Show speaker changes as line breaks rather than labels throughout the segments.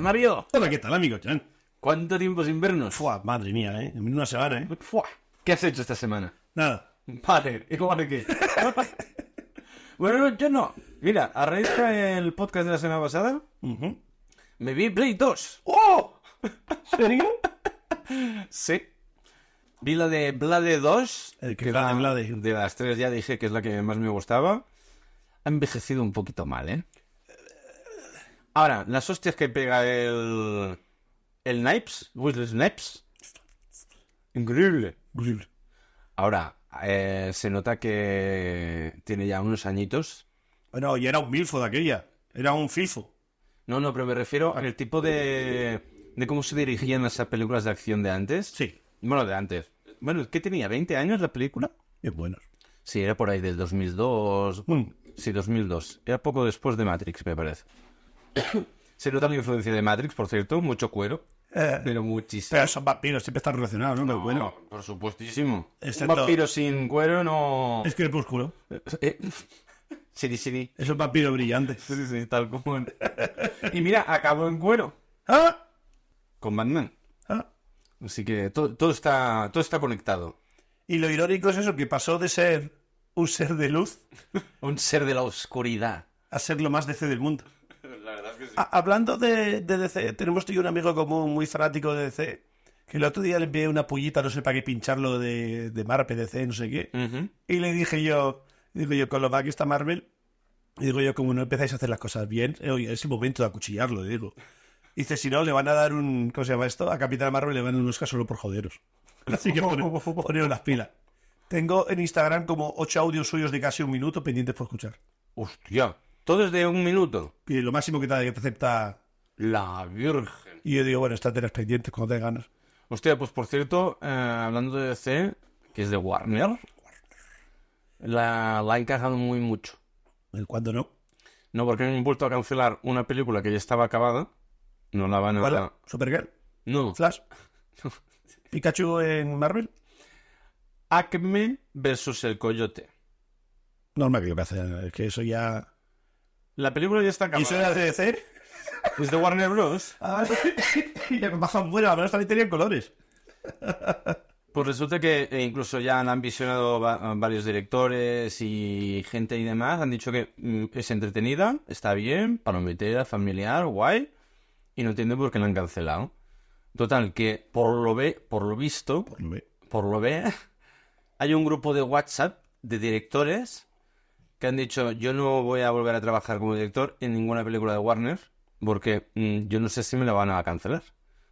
Mario?
Hola, ¿qué tal, amigo Chan?
¿Cuánto tiempo sin vernos?
Fua, madre mía, ¿eh? En una semana, ¿eh?
Fua. ¿Qué has hecho esta semana?
Nada.
Padre, igual que... bueno, yo no. Mira, a raíz del podcast de la semana pasada,
Ujú.
me vi Play 2.
¡Oh! ¿Serio?
Sí. Vi la de Blade 2.
El que
es
Blade,
la-
Blade.
De las tres ya dije que es la que más me gustaba. Ha envejecido un poquito mal, ¿eh? Ahora, las hostias que pega el... El Snipes, Wesley Snipes. Increíble.
Increíble.
Ahora, eh, se nota que tiene ya unos añitos.
Bueno, y era un milfo de aquella. Era un filfo.
No, no, pero me refiero al tipo de, de cómo se dirigían las películas de acción de antes.
Sí.
Bueno, de antes. Bueno, ¿qué tenía? ¿20 años la película?
Es bueno.
Sí, era por ahí del 2002.
Mm.
Sí, 2002. Era poco después de Matrix, me parece. se nota la influencia de Matrix, por cierto, mucho cuero.
Eh,
Pero muchísimo.
pero esos vampiros siempre están relacionados, ¿no? Pero bueno.
No, por supuestísimo.
Excepto-
Un vampiro sin cuero no...
Es crepúsculo.
Eh, Sí, sí, sí.
Esos vampiros brillantes.
Sí, sí, sí, tal como. en- Y mira, acabó en cuero
¡Ah!
con Batman.
¡Ah!
Así que to- todo está todo está conectado.
Y lo irónico es eso, que pasó de ser un ser de luz
Un ser de la oscuridad.
a ser lo más DC del mundo.
La verdad es que sí.
Ah, hablando de, de DC, tenemos tú y un amigo común muy fanático de DC, que el otro día le envié una pullita, no sé para qué pincharlo, de, de Marvel, DC, no sé qué. Y le dije yo, digo yo, con lo mal que está Marvel, y digo yo, como no empezáis a hacer las cosas bien, eh, oye, es el momento de acuchillarlo, digo. Y dice, si no, le van a dar un, ¿cómo se llama esto? A Capitán Marvel le van a un Oscar solo por joderos. Así que pone- poneos las pilas. Tengo en Instagram como ocho audios suyos de casi un minuto pendientes por escuchar.
Hostia. Todo es de un minuto.
Y lo máximo que te te acepta
La Virgen.
Y yo digo, bueno, está tenés pendientes cuando te ganas.
Hostia, pues por cierto, eh, hablando de DC, que es de Warner, la, la han cagado muy mucho.
El cuando no.
No, porque han vuelto a cancelar una película que ya estaba acabada. No la van a.
¿Cuál? Supergirl,
No.
Flash, Pikachu en Marvel.
Acme versus el Coyote.
No, me creo que hacer, es que eso ya.
La película ya está
¿Y
acabada.
eso era de DC?
Es de Warner Bros.
Ah, ya me bajan bueno, al menos también tenían colores.
Pues resulta que eh, incluso ya han visionado va- varios directores y gente y demás. Han dicho que mm, es entretenida, está bien, palomitera, familiar, guay. Y no entiendo por qué la han cancelado. Total, que por lo, ve, por lo visto, por lo ve, hay un grupo de WhatsApp de directores que han dicho yo no voy a volver a trabajar como director en ninguna película de Warner porque mm, yo no sé si me la van a cancelar.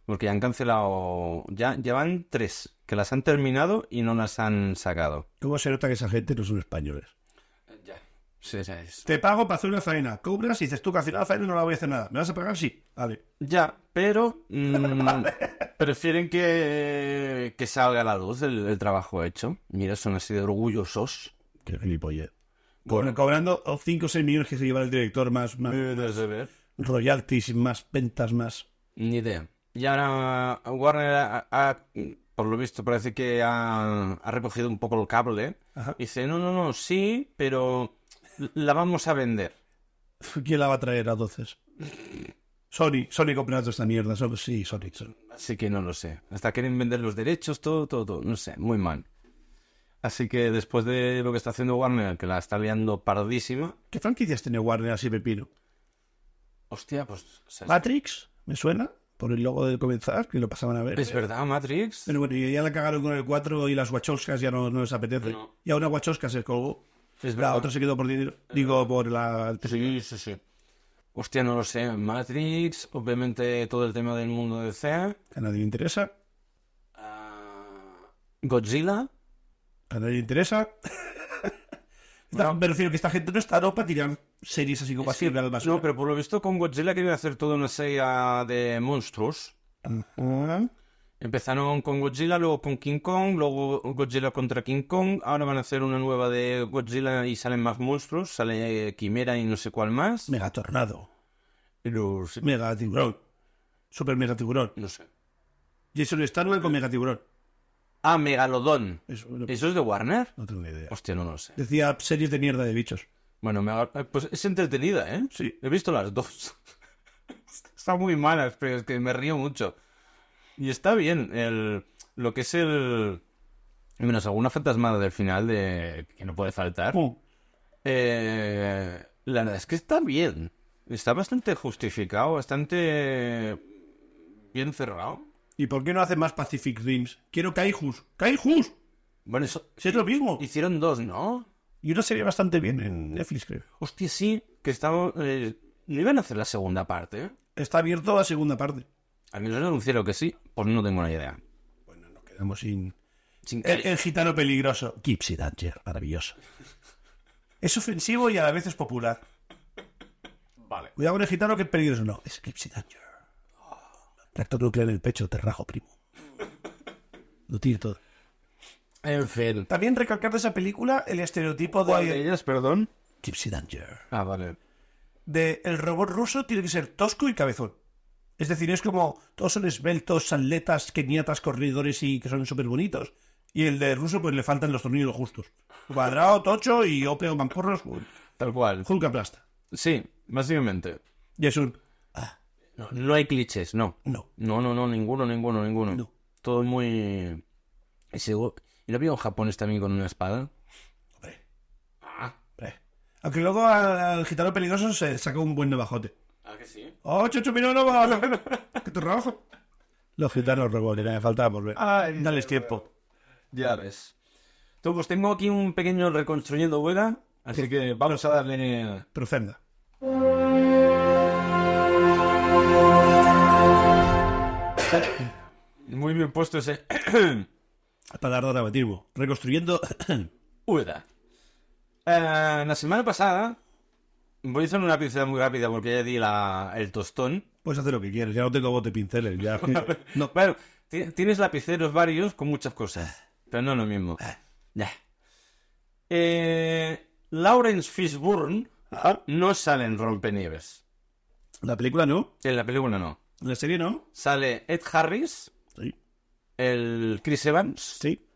Porque ya han cancelado, ya, ya van tres, que las han terminado y no las han sacado.
¿Cómo se nota que esa gente no son españoles?
Sí, sí, es-
Te pago para hacer una faena. Cobras y dices tú que al final la faena no la voy a hacer nada. ¿Me vas a pagar? Sí. Vale.
Ya, pero mm, prefieren que, que salga a la luz el, el trabajo hecho. Mira, son así de orgullosos.
Qué gilipollez. Bueno, Eh. cobrando 5 o 6 millones que se lleva el director, más, más royalties, más ventas, más.
Ni idea. Y ahora uh, Warner ha, ha- por lo visto, parece que ha, ha recogido un poco el cable.
Ajá.
Dice, no, no, no, sí, pero la vamos a vender.
¿Quién la va a traer entonces? Sony, Sony comprando toda esta mierda. Sony- sí, Sony. Sony.
Así que no lo sé. Hasta quieren vender los derechos, todo, todo, todo. No sé, muy mal. Así que después de lo que está haciendo Warner, que la está liando pardísima.
¿Qué franquicias tiene Warner así pepino?
Hostia, pues... se-
Matrix, me suena, por el logo de comenzar, que lo pasaban a ver.
¿Es verdad, Matrix?
Pero bueno, y ya la cagaron con el 4 y las Wachowskas ya no, no les apetece.
No.
Y a una Wachowska se colgó.
Es
La
verdad.
otra se quedó por dinero. Digo, por la...
Sí, sí, sí. Hostia, no lo sé. Matrix, obviamente todo el tema del mundo de C.
A nadie le interesa.
Ah, Godzilla.
A nadie le interesa. Esta- me refiero que esta gente no está, ¿no? Para tirar series así como así. al basura.
No, pero por lo visto con Godzilla querían hacer toda una serie ah, de monstruos.
Ajá.
Empezaron con Godzilla, luego con King Kong, luego Godzilla contra King Kong. Ahora van a hacer una nueva de Godzilla y salen más monstruos. Sale Quimera y no sé cuál más.
Mega Tornado.
No sé.
Mega Tiburón. Super Mega Tiburón.
No sé.
Jason Statham con Mega Tiburón.
Ah, Megalodón.
Eso, no,
¿Eso es de Warner?
no tengo ni idea.
Hostia, no lo sé.
Decía series de mierda de bichos.
Bueno, Mega- eh, pues es entretenida, ¿eh?
Sí.
He visto las dos. están muy malas, pero es que me río mucho. Y está bien el, lo que es el... Menos alguna fantasmada del final de que no puede faltar.
Uh,
Eh, la verdad es que está bien. Está bastante justificado, bastante bien cerrado.
¿Y por qué no hace más Pacific Rims? Quiero Kaijus. ¡Kaijus!
Bueno, eso,
Si es lo mismo.
hicieron dos, ¿no?
Y una serie bastante bien en Netflix, creo.
Hostia, sí, que estaba... eh, ¿No iban a hacer la segunda parte?
Está abierto a segunda parte.
Al menos anunciaron que sí, pues no tengo una idea.
Bueno, nos quedamos sin...
Sin
El, el gitano peligroso. Gypsy Danger, maravilloso. Es ofensivo y a la vez es popular.
Vale.
Cuidado con el gitano que es peligroso. No, es Gypsy Danger. Oh, Reactor nuclear en el pecho, te rajo, primo. Lo tiro todo.
En fin.
También recalcar de esa película el estereotipo
¿Cuál de
de
ellas, perdón?
Gypsy Danger.
Ah, vale.
De el robot ruso tiene que ser tosco y cabezón. Es decir, es como todos son esbeltos, atletas, keniatas, corredores y que son súper bonitos. Y el de ruso, pues le faltan los tornillos justos. Cuadrado, tocho y opeo, mamporros,
Tal cual.
Hulk aplasta.
Sí, básicamente.
Y es un.
No, no hay clichés, no.
No.
No, no, no, ninguno, ninguno, ninguno.
No.
Todo muy... Y seguro- ¿Y no había un japonés también con una espada?
Hombre. Hombre. Eh. Aunque luego al, al gitano peligroso se saca un buen navajote.
Ah, que sí.
¡Oh, chocho, mira, no va! ¡Que te rajo! Los gitanos robots, me faltaba volver.
Ay,
Dales tiempo.
Ya ves. Entonces, pues tengo aquí un pequeño reconstruyendo huelga, así que vamos a darle...
Pero Fernda.
Muy bien puesto ese...
Para dar dramatismo. Reconstruyendo.
Ueda. Eh, la semana pasada voy a hacer una pincelada muy rápida porque ya di la- el tostón.
Puedes hacer lo que quieras, ya no tengo bote pinceles. Ya. No.
Bueno, ti- tienes lapiceros varios con muchas cosas, pero no lo mismo. Ya. Eh, Lawrence Fishburne no sale en Rompenieves.
Ah, La película no.
En la película no.
La serie no.
Sale Ed Harris,
Sí.
el Chris Evans
Sí.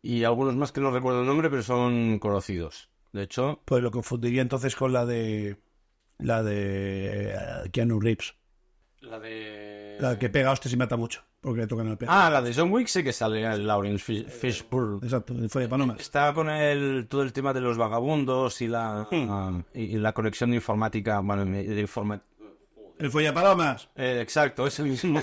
y algunos más que no recuerdo el nombre, pero son conocidos. De hecho,
Pues lo confundiría entonces con la de. La de. eh, Keanu Reeves.
la de...
La que pega hostias y mata mucho. Porque le tocan el pie.
Ah, la de John Wick sí que sale el Lawrence Fish- Fishburne.
Exacto, fue de palomas.
Está con el, todo el tema de los vagabundos y la, ah, y, y la conexión de informática. Bueno, de informa-
El fue de palomas.
eh, exacto, ese mismo.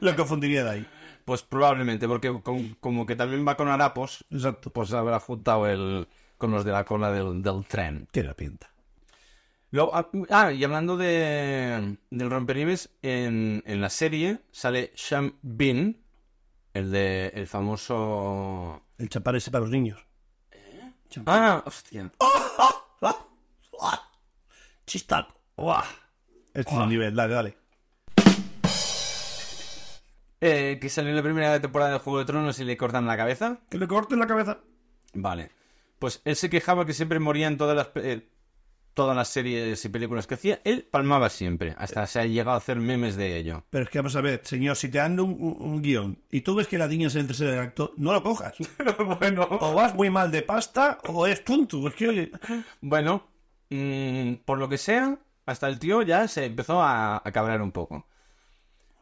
Lo confundiría de ahí.
pues probablemente, porque con- como que también va con harapos,
Exacto.
pues habrá juntado el, con los de la cola del, del tren.
Tiene la pinta.
Luego, ah, ah, y hablando de, del rompernieves, en, en la serie sale Sean Bean, el de el famoso...
El chapar ese para los niños.
Ah, hostia.
Chistaco. Este es el nivel, dale, dale.
Eh, que salió en la primera temporada de Juego de Tronos y le cortan la cabeza.
Que le corten la cabeza.
Vale. Pues él se quejaba que siempre moría en todas las, pe- eh, todas las series y películas que hacía. Él palmaba siempre. Hasta se ha llegado a hacer memes de ello.
Pero es que vamos a ver, señor, si te dan un, un- un guión y tú ves que la niña es en el tercer acto, no lo cojas.
bueno.
O vas muy mal de pasta o es tonto. Es que, oye,
Bueno, mm, por lo que sea, hasta el tío ya se empezó a, a cabrar un poco.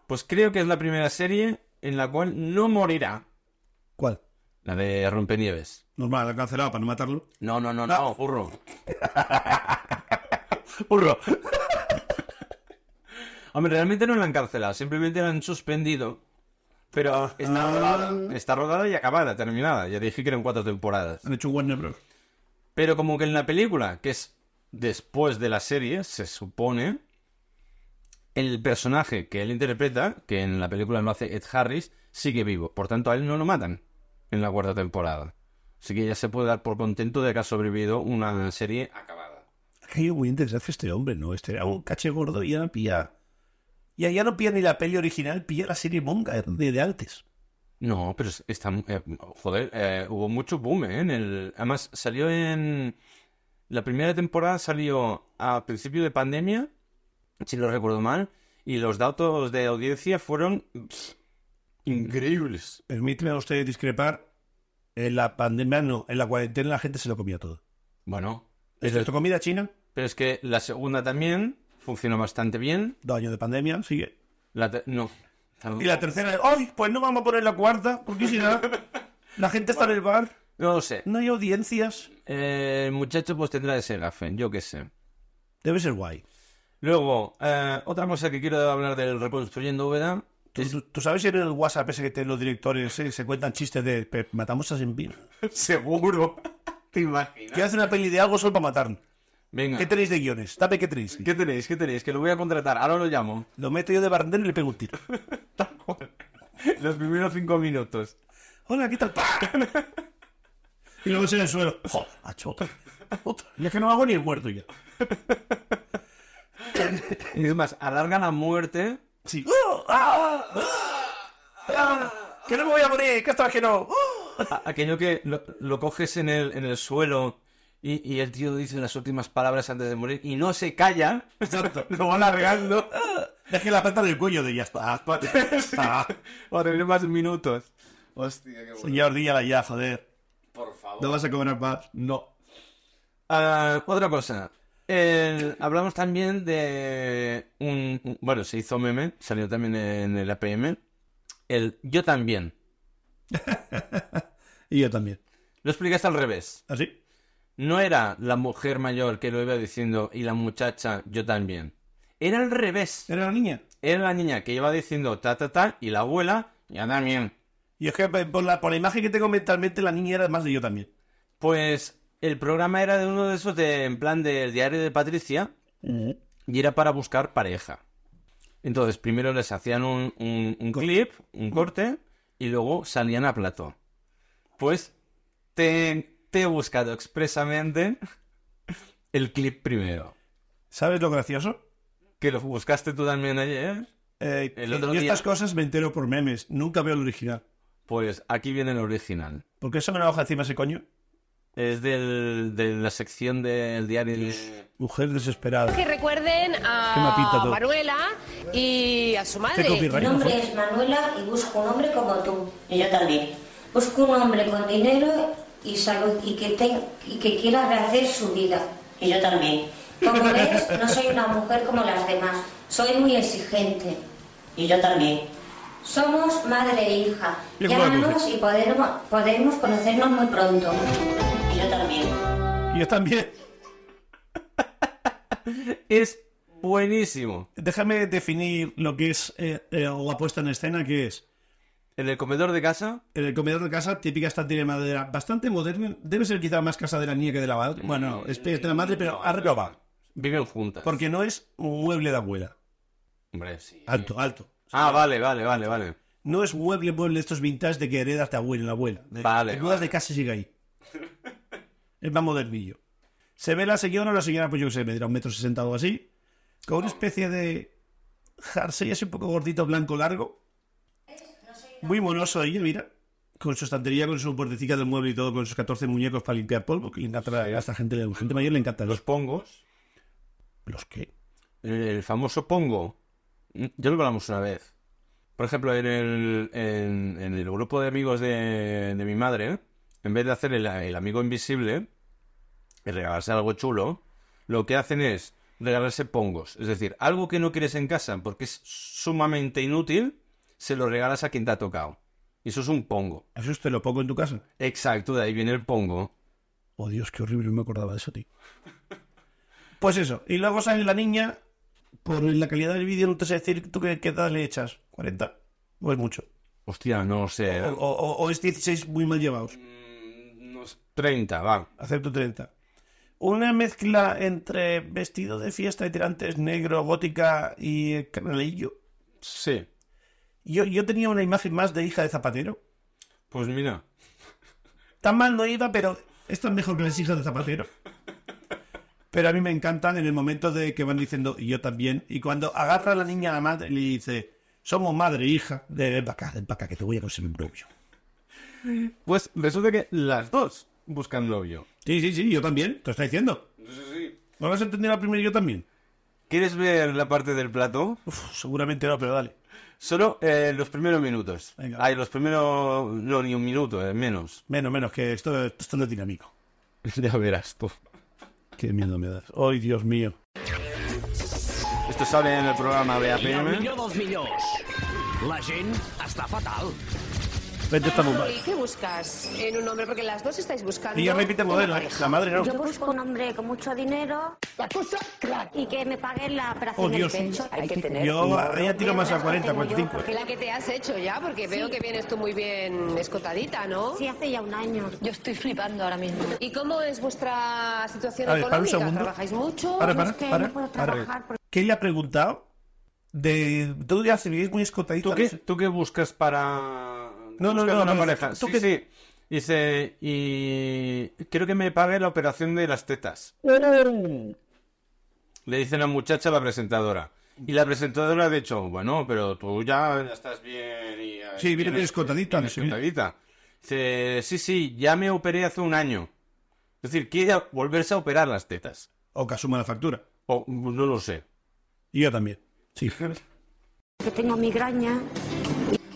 Pues creo que es la primera serie en la cual no morirá.
¿Cuál?
La de Rompenieves.
Normal, la han cancelado para no matarlo.
No, no, no, no, burro.
Burro.
Hombre, realmente no la han cancelado, simplemente la han suspendido. Pero está, rodada, está rodada y acabada, terminada. Ya dije que eran cuatro temporadas.
Han hecho un Warner Bros.
Pero como que en la película, que es después de la serie, se supone, el personaje que él interpreta, que en la película lo hace Ed Harris, sigue vivo. Por tanto, a él no lo matan en la cuarta temporada. Así que ya se puede dar por contento de que ha sobrevivido una serie acabada.
Ha caído muy interesante este hombre, ¿no? Este era un caché gordo y ya no pilla. Ya, ya no pilla ni la peli original, pilla la serie monga de, de antes.
No, pero es- está. eh, joder, eh, hubo mucho boom, ¿eh? En el, además, salió en. La primera temporada salió a principio de pandemia, si no recuerdo mal, y los datos de audiencia fueron. pff, increíbles.
Permíteme a usted discrepar. En la pandemia, no, en la cuarentena la gente se lo comía todo.
Bueno,
¿Esto comida china?
pero es que la segunda también funcionó bastante bien.
Dos años de pandemia, sigue.
La te- no.
Y la tercera es, ¡ay! Pues no vamos a poner la cuarta, porque si no, la gente está en el bar,
No lo sé.
no hay audiencias.
Eh, el muchacho pues tendrá ese gafe, yo qué sé.
Debe ser guay.
Luego, eh, otra cosa que quiero hablar del Reconstruyendo Úbeda.
¿Tú, tú- tú sabes si en el WhatsApp ese que tienen los directores eh, se cuentan chistes de "Pe- matamos a Sempir?
Seguro. ¿Te imaginas?
Que hace una peli de algo solo para matar.
Venga.
¿Qué tenéis de guiones? Tape, ¿qué tenéis?
¿Qué tenéis? ¿Qué tenéis? Que lo voy a contratar. Ahora lo llamo.
Lo meto yo de barrendero y le pego un tiro.
Los primeros cinco minutos.
Hola, ¿qué tal? ¡Pah! Y luego se en el suelo. ¡Jo! macho, otra. Otra. Y es que no hago ni el muerto ya.
Y es más, alargan la muerte.
Sí. ¡Ah! ¡Ah! ¡Ah! ¡Que no me voy a morir! ¡Que esta vez que no! ¡Ah!
a- aquello que lo, lo coges en el, en el suelo y, y el tío dice las últimas palabras antes de morir y no se calla.
Exacto.
Lo va alargando.
Deje la plata del cuello de ya está. Ah, Ya está.
Para tener más minutos. Hostia, qué
Señor, dígala ya, joder.
Por favor.
No vas a cobrar más.
No. Ah, otra cosa. El- hablamos también de un, un- Bueno, se hizo meme, salió también en el APM. El yo también.
Y yo también. ¿Ah,
Lo explicaste al revés.
¿Así?
No era la mujer mayor que lo iba diciendo y la muchacha yo también. Era al revés.
¿Era la niña?
Era la niña que iba diciendo ta ta ta y la abuela ya también.
Y es que eh, por la, por la imagen que tengo mentalmente, la niña era más de yo también.
Pues el programa era de uno de esos de en plan del diario de Patricia y era para buscar pareja. Entonces primero les hacían un, un- un clip, un corte y luego salían a plato. Pues te, te he buscado expresamente el clip primero.
¿Sabes lo gracioso?
Que lo buscaste tú también ayer.
Eh,
El
que
otro
yo
día-
estas cosas me entero por memes. Nunca veo el original.
Pues aquí viene el original.
¿Por qué son una hoja encima ese coño?
Es del- de la sección del diario de...
Mujer desesperada.
Que recuerden
Qué mapita
a
todo.
Manuela y a su
Este
madre.
Mi
copyright.
nombre
¿no?
es Manuela y busco un hombre como tú.
Y yo también.
Busco un hombre con dinero y salud y que, ten- y que quiera rehacer su vida.
Y yo también.
Como ves, no soy una mujer como las demás. Soy muy exigente.
Y yo también.
Somos madre e hija.
Yo como la
Llámanos y podemos, podemos conocernos muy pronto.
Y yo también.
Y yo también.
Es buenísimo.
Déjame definir lo que es eh, eh, la puesta en escena, que es
En el comedor de casa,
en el comedor de casa, típica estantería de madera, bastante moderna. Debe ser quizá más casa de la niña que de la madre. Bueno, es de la madre, pero arriba va.
viven juntas.
Porque no es un mueble de abuela.
Hombre, sí.
Alto, alto.
Ah, vale, vale, vale, vale.
No es mueble, mueble de estos vintage de que heredas de abuela en abuela. De,
Vale,
de mudas de casa y sigue ahí. Es más modernillo. Se ve la señora, la señora, pues yo qué sé, medirá un metro sesenta o algo así. Con una especie de jersey así un poco gordito, blanco, largo. Muy monoso ahí, mira. Con su estantería, con su puertecita del mueble y todo, con sus 14 muñecos para limpiar polvo, que le encanta a esta gente, a la gente mayor le encanta.
Los
¿Los,
pongos.
los qué?
El, el famoso pongo. Mm, Ya lo hablamos una vez. Por ejemplo, en el, en, en el grupo de amigos de, de mi madre, en vez de hacer el, el amigo invisible y regalarse algo chulo, lo que hacen es regalarse pongos. Es decir, algo que no quieres en casa porque es sumamente inútil, se lo regalas a quien te ha tocado. Y eso es un pongo.
¿Eso es te lo pongo en tu casa?
Exacto, de ahí viene el pongo.
Oh, Dios, qué horrible, no me acordaba de eso, tío. Pues eso, y luego sale la niña, por la calidad del vídeo no te sé decir tú qué, qué edad le echas, 40, o es mucho,
Hostia, no sé.
o, o- o- o es 16 muy mal llevados,
Unos 30, va.
acepto 30. Una mezcla entre vestido de fiesta de tirantes negro, gótica y eh, canalillo.
Sí.
Yo, yo tenía una imagen más de hija de zapatero.
Pues mira.
Tan mal no iba, pero esto es mejor que las hijas de Zapatero. Pero a mí me encantan en el momento de que van diciendo, y yo también, y cuando agarra a la niña a la madre y le dice, somos madre e hija, de ven pa' acá, ven pa' acá, que te voy a conseguir un novio.
Pues resulta que las dos buscan novio.
Sí, sí, sí, yo también, te lo está diciendo. ¿No lo has entendido la primera y yo también?
¿Quieres ver la parte del plato?
Uf, seguramente no, pero dale.
Solo eh, los primeros minutos.
Venga.
Ay, los primeros... No, ni un minuto, eh, menos.
Menos, menos, que esto, esto no es dinámico.
ya verás tú.
Qué miedo me das. Ay, Dios mío.
Esto sale en el programa
I el
BAPM.
millor dels millors. La gent està fatal.
Vete, está muy mal.
¿Y qué buscas en un hombre? Porque las dos estáis buscando.
Ella repite modelo, ¿eh? La madre no.
Yo busco un hombre con mucho dinero
La cosa clara.
y que me pague la operación
Oh,
del
Dios.
pecho.
Hay que tener
Yo a ella tiro más a 40,
Tengo yo,
45.
porque
Que la que te has hecho ya, porque veo que vienes tú muy bien escotadita, ¿no?
Sí, hace ya un año.
Yo estoy flipando ahora mismo.
¿Y cómo es vuestra situación
A ver, para un
económica?
segundo.
¿Trabajáis mucho?
Para,
es
para,
que
para,
no puedo
para.
trabajar porque-
¿Qué le ha preguntado? De todo ya se veis muy escotadito.
¿Tú qué, ¿Tú qué buscas para...
No, no,
buscas
no,
una
no,
pareja.
¿tú
Sí,
qué-
sí. Dice, y quiero que me pague la operación de las tetas.
¡Eh!
Le dice la muchacha a la presentadora. Y la presentadora ha dicho, bueno, pero tú ya estás bien y...
Sí, viene bien escotadita,
bien
sí.
escotadita. Dice, sí, sí, ya me operé hace un año. Es decir, quiere volverse a operar las tetas.
O que asuma la factura.
O no lo sé.
Y yo también. Sí.
porque tengo migraña.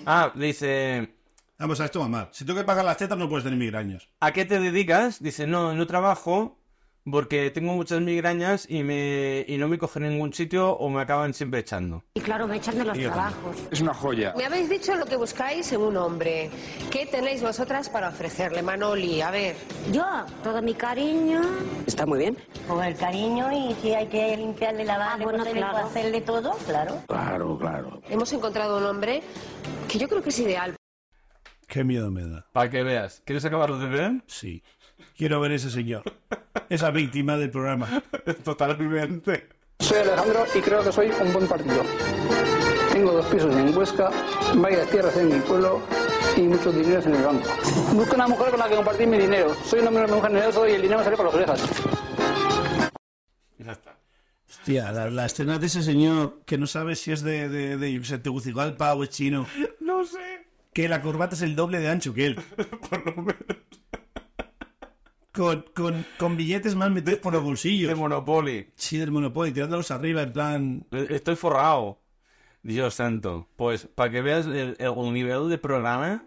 Ah, le dice,
Vamos a esto va mal. Si tengo que pagar las tetas no puedes tener migrañas.
¿A qué te dedicas? Dice, no, no trabajo porque tengo muchas migrañas y, me, y no me cogen en ningún sitio o me acaban siempre echando.
Y claro, me echan de los
Y yo
trabajos.
Me habéis dicho lo que buscáis en un hombre. ¿Qué tenéis vosotras para ofrecerle, Manoli? A ver.
Yo, todo mi cariño.
Está muy bien.
Con el cariño y si hay que limpiarle, lavarle,
Ah, bueno,
ponerle,
claro.
hacerle todo, claro.
Hemos encontrado un hombre que yo creo que es ideal
Qué miedo me da.
Para que veas. ¿Quieres acabarlo de ver?
Sí. Quiero ver ese señor. Esa víctima del programa.
Totalmente.
Soy Alejandro y creo que soy un buen partido. Tengo dos pisos en Huesca, varias tierras en mi pueblo y muchos dineros en el banco. Busco una mujer con la que compartir mi dinero. Soy un hombre muy generoso y el dinero me sale por las orejas.
Ya está.
Hostia, la, la escena de ese señor que no sabe si es de, de, de yo qué sé, Tegucigalpa o es chino.
No sé.
Que la corbata es el doble de ancho que él. Con, con, con billetes más metidos por los
De
bolsillos.
Monopoly.
Sí, del Monopoly, tirándolos arriba en plan...
Eh, Estoy forrado. Dios santo. Pues para que veas el, el nivel de programa.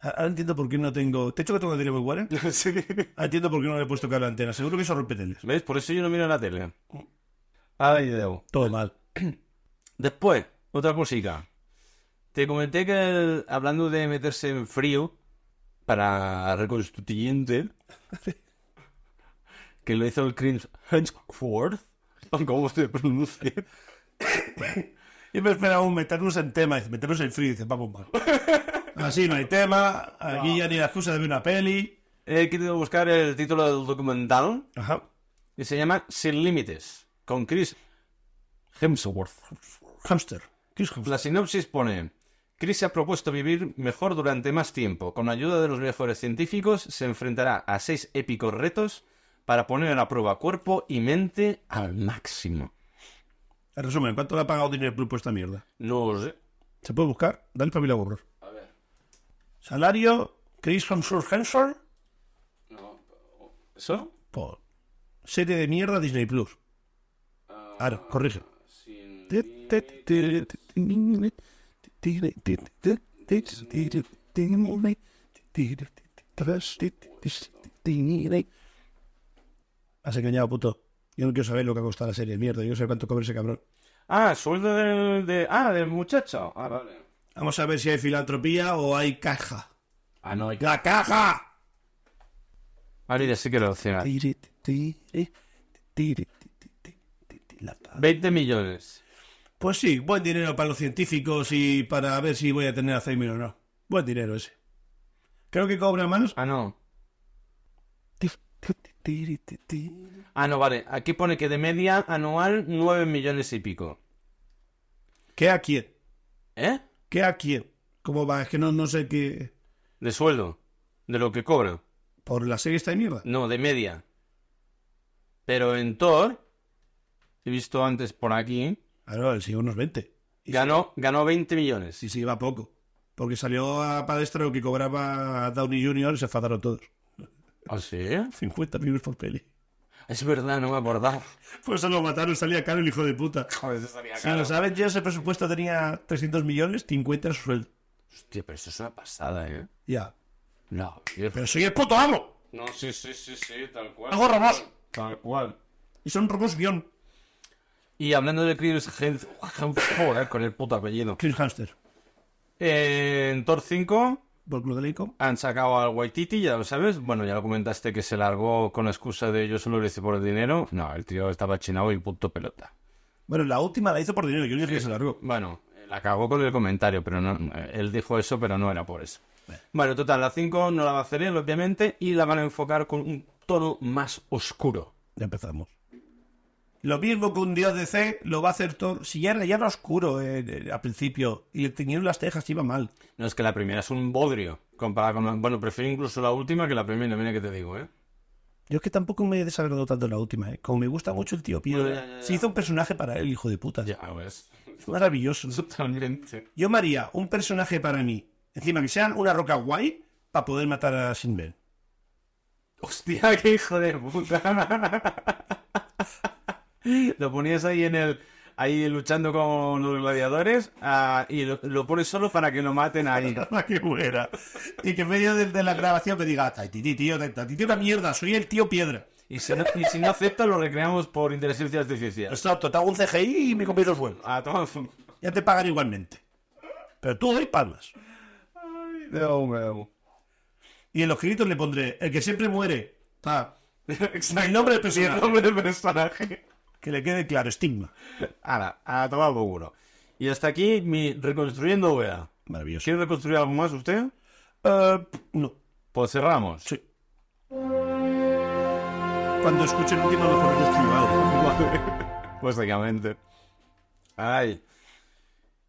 "Ah, Ahora entiendo por qué no tengo... ¿Te he hecho que tengo tele muy buena?
Sí.
Ahora Ah, entiendo por qué no le he puesto cable a la antena. Seguro que eso rompe teles.
¿Ves? Por eso yo no miro la tele. Ay, Deu.
Todo mal.
Después, otra cosita. Te comenté que el- hablando de meterse en frío para reconstituyente, que lo hizo el Chris Hemsworth, o como se pronuncia.
Y me esperaba un meternos en tema. Dice, meternos en frío. Dice, vamos mal. Así no hay tema. Aquí ya ni la excusa de ver una peli.
He querido buscar el título del documental
Ajá.
y se llama Sin Límites, con Chris Hemsworth.
Hamster. ¿Qué es hamster?
La sinopsis pone: Chris se ha propuesto vivir mejor durante más tiempo. Con ayuda de los mejores científicos, se enfrentará a seis épicos retos para poner a prueba cuerpo y mente al máximo.
En resumen, ¿cuánto le ha pagado Dinero Plus por esta mierda?
No lo sé.
¿Se puede buscar? Dale para mí la borrar. A ver. Salario. Chris Hemsworth Hemsworth.
¿Eso?
Por. Serie de mierda Disney Plus. Ahora, corrige. Has engañado, puto. Yo no quiero saber lo que ha costado la serie de mierda. Yo no sé cuánto cobra ese cabrón.
Ah, sueldo del. de- ah, del muchacho. Ah, vale.
Vamos a ver si hay filantropía o hay caja.
Ah, no, hay que.
¡La caja!
Ahora ya sí que lo cierra.
Tire, tire, tire, tire, tire, la pa-
20 millones.
Pues sí, buen dinero para los científicos y para ver si voy a tener Alzheimer o no. Buen dinero ese. Creo que cobra manos.
Ah, no. Ah, no, vale. Aquí pone que de media anual 9 millones y pico.
¿Qué a quién?
¿Eh?
¿Qué a quién? ¿Cómo va? Es que no, no sé qué.
De sueldo. De lo que cobra.
Por la serie esta de mierda.
No, de media. Pero en Thor, he visto antes por aquí,
Ahora el señor nos 20. Y
ganó, ganó 20 millones.
Sí, sí, iba poco. Porque salió a Padestro que cobraba Downey Jr. y se enfadaron todos.
¿Ah, sí?
50 millones por peli.
Es verdad, no me acordaba.
Pues se lo mataron, salía caro el hijo de puta. Si los Avengers el presupuesto tenía 300 millones, 50 era su sueldo.
Hostia, pero eso es una pasada, ¿eh?
Ya.
No, viejo.
Pero soy el puto amo.
No, sí, sí, sí, sí, tal cual.
Hago robos.
Tal cual.
Y son robos guión.
Y hablando de Chris Hemsworth, joder, eh, con el puto apellido. Eh,
Chris Hamster.
En Thor 5
Por Club de Leico.
han sacado al Waititi, ya lo sabes. Bueno, ya lo comentaste que se largó con la excusa de yo solo lo hice por el dinero. No, el tío estaba chinado y punto pelota.
Bueno, la última la hizo por dinero. Yo no dije que se largó.
Bueno, la cagó con el comentario, pero no, eh, él dijo eso, pero no era por eso. Bueno, total, la 5 no la va a hacer él, obviamente, y la van a enfocar con un tono más oscuro.
Ya empezamos. Lo mismo que un dios de C lo va a hacer Thor. Si ya era, ya era oscuro eh, eh, al principio y le tenían las tejas, iba mal.
No es que la primera es un bodrio. Comparada con. la- Bueno, prefiero incluso la última que la primera, mira que te digo, ¿eh?
Yo es que tampoco me he desagradado tanto la última. eh. Como me gusta mucho el tío Pío,
Bueno, ya, ya, ya.
se hizo un personaje para él, hijo de puta.
Ya ves.
Es maravilloso.
Totalmente.
Yo me haría un personaje para mí, encima que sea una roca guay, para poder matar a Sinbel.
Hostia, qué hijo de puta. lo ponías ahí en el. Ahí luchando con los gladiadores ah, y lo, lo pones solo para que lo maten ahí.
Para que muera. Y que en medio de, de la grabación me diga, Taititi, tío, Taititi, una mierda, soy el tío piedra.
Y si no, y si no acepta, lo recreamos por inteligencia artificial.
Exacto, te hago un CGI y mi compañero es bueno.
A tomar por-
Ya te pagan igualmente. Pero tú doy palmas. Y en los créditos le pondré, el que siempre muere. Pa. El nombre del personaje. Que le quede claro, estigma.
Ahora, a tomar por culo. Y hasta aquí mi reconstruyendo OEA.
Maravilloso.
¿Quiere reconstruir algo más usted?
Eh, no.
Pues cerramos.
Sí. Cuando escuche el último, lo pondré escribado.
Básicamente. Ay.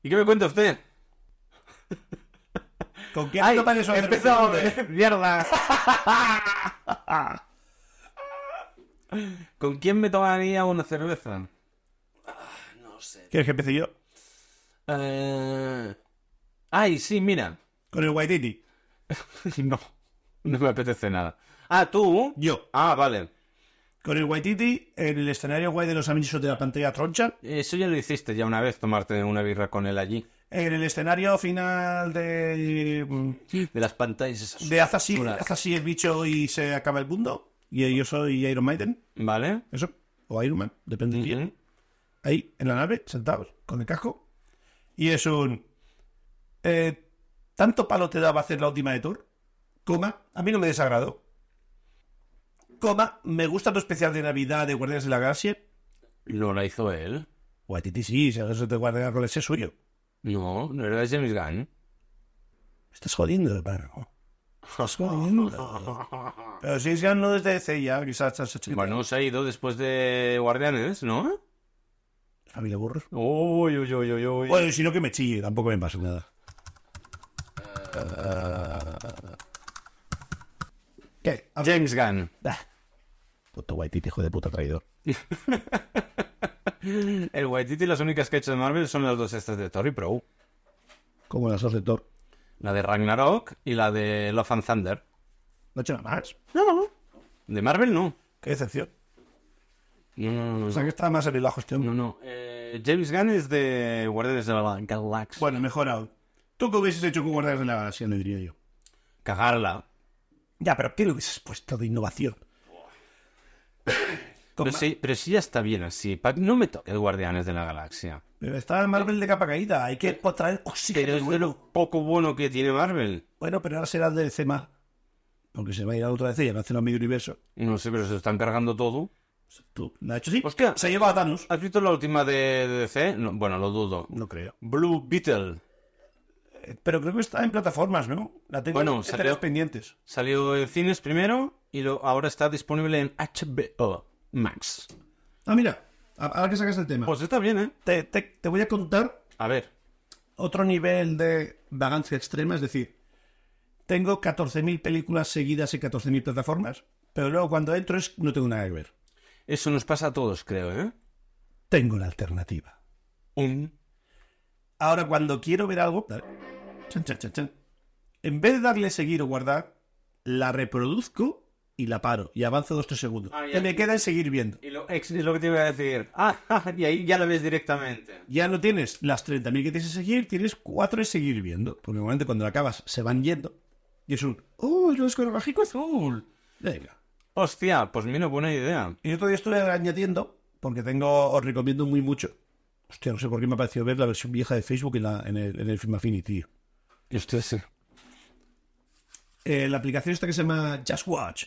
¿Y qué me cuenta usted?
¿Con qué
Ay,
acto para eso hacer
empezamos.
referencia?
¡Mierda! ¿Con quién me tomaría una cerveza?
¿Quieres que empiece yo?
Eh, Ay, sí, mira.
Con el Waititi.
No, no me apetece nada. Ah, tú.
Yo.
Ah, vale.
Con el Waititi, en el escenario guay de los amigos de la pantalla troncha.
Eso ya lo hiciste ya una vez, tomarte una birra con él allí.
En el escenario final de.
De las pantallas esas.
De haz así, haz así el bicho y se acaba el mundo. Y yo soy Iron Maiden.
¿Vale?
Eso. O Iron Man, depende de quién.
Ujú.
ahí en la nave, sentados, con el casco. Y es un. eh, Tanto palo te daba hacer la última de Tour, coma, a mí no me desagradó. Coma, me gusta tu especial de Navidad de Guardianes de la Galaxia.
¿No la hizo él?
Guatiti, sí, si eso te guarda con ese suyo.
No, no era de James Gunn.
Me estás jodiendo, hermano. Estás jodiendo. Pero si es ya no desde DC ya, quizás estás hecho.
Bueno, se ha ido después de Guardianes, ¿no?
Familia Burros.
Uy, uy, uy, uy, uy.
Bueno, y si no que me chille, tampoco me pasa nada.
Eh.
¿Qué?
James Gunn.
Ah. Puto Waititi, hijo de puta traidor.
El Waititi, las únicas que ha hecho de Marvel son las dos estas de Tori Pro.
Como las dos de Thor.
La de Ragnarok y la de Love and Thunder.
No he hecho nada más.
De Marvel no.
Qué decepción.
No, no, no, no.
O sea que está más en la cuestión.
No, no. Eh, James Gunn es de Guardianes de la Galaxia.
Bueno, mejor aún. ¿Tú qué hubieses hecho con Guardianes de la Galaxia? No diría yo.
Cagarla.
Ya, pero ¿qué le hubieses puesto de innovación? Con
Pero
Ma-
sí, pero sí ya está bien así. Pa- No me toques Guardianes de la Galaxia.
Pero Está Marvel de capa caída. Hay
Eh.
que po- traer
Pero
oxígeno
es de
nuevo.
lo poco bueno que tiene Marvel.
Bueno, pero ahora será de DC más. Porque se va a ir a otra DC y van a hacer un medio universo.
No sé, pero se están cargando todo.
Tú, ¿la ha hecho así?
Hostia. Ah.
Se lleva a Thanos.
¿Has visto la última de, de DC? No, bueno, lo dudo.
No creo.
Blue Beetle.
Eh, Pero creo que está en plataformas, ¿no? La tengo
Bueno,
en
salió-
tareas pendientes.
Salió en cines primero y lo- ahora está disponible en HBO Max.
Ah, mira. a- Ahora que sacas el tema.
Pues está bien, ¿eh?
te, te- te voy a contar
A ver.
otro nivel de vagancia extrema, es decir, tengo 14.000 películas seguidas en 14.000 plataformas, pero luego cuando entro es no tengo nada que ver.
Eso nos pasa a todos, creo, ¿eh?
Tengo la alternativa.
Un...
Ahora cuando quiero ver algo, dale, chan, chan, chan, chan. en vez de darle seguir o guardar, la reproduzco y la paro y avanzo dos tres segundos.
Ah, ya.
Que me queda en seguir viendo.
Y lo, ex- es lo que te iba a decir. Ah, y ahí ya lo ves directamente.
Ya no tienes las 30.000 que tienes que seguir, tienes 4 de seguir viendo. Porque normalmente cuando la acabas se van yendo. Y es un, ¡oh, el escorbajico azul! Venga.
Hostia, pues mira, buena idea.
Y otro día estuve añadiendo porque tengo, os recomiendo muy mucho. Hostia, no sé por qué me ha parecido ver la versión vieja de Facebook en, la- en el, en el Film Affinity, tío.
Y usted sí.
Eh, la aplicación esta que se llama Just Watch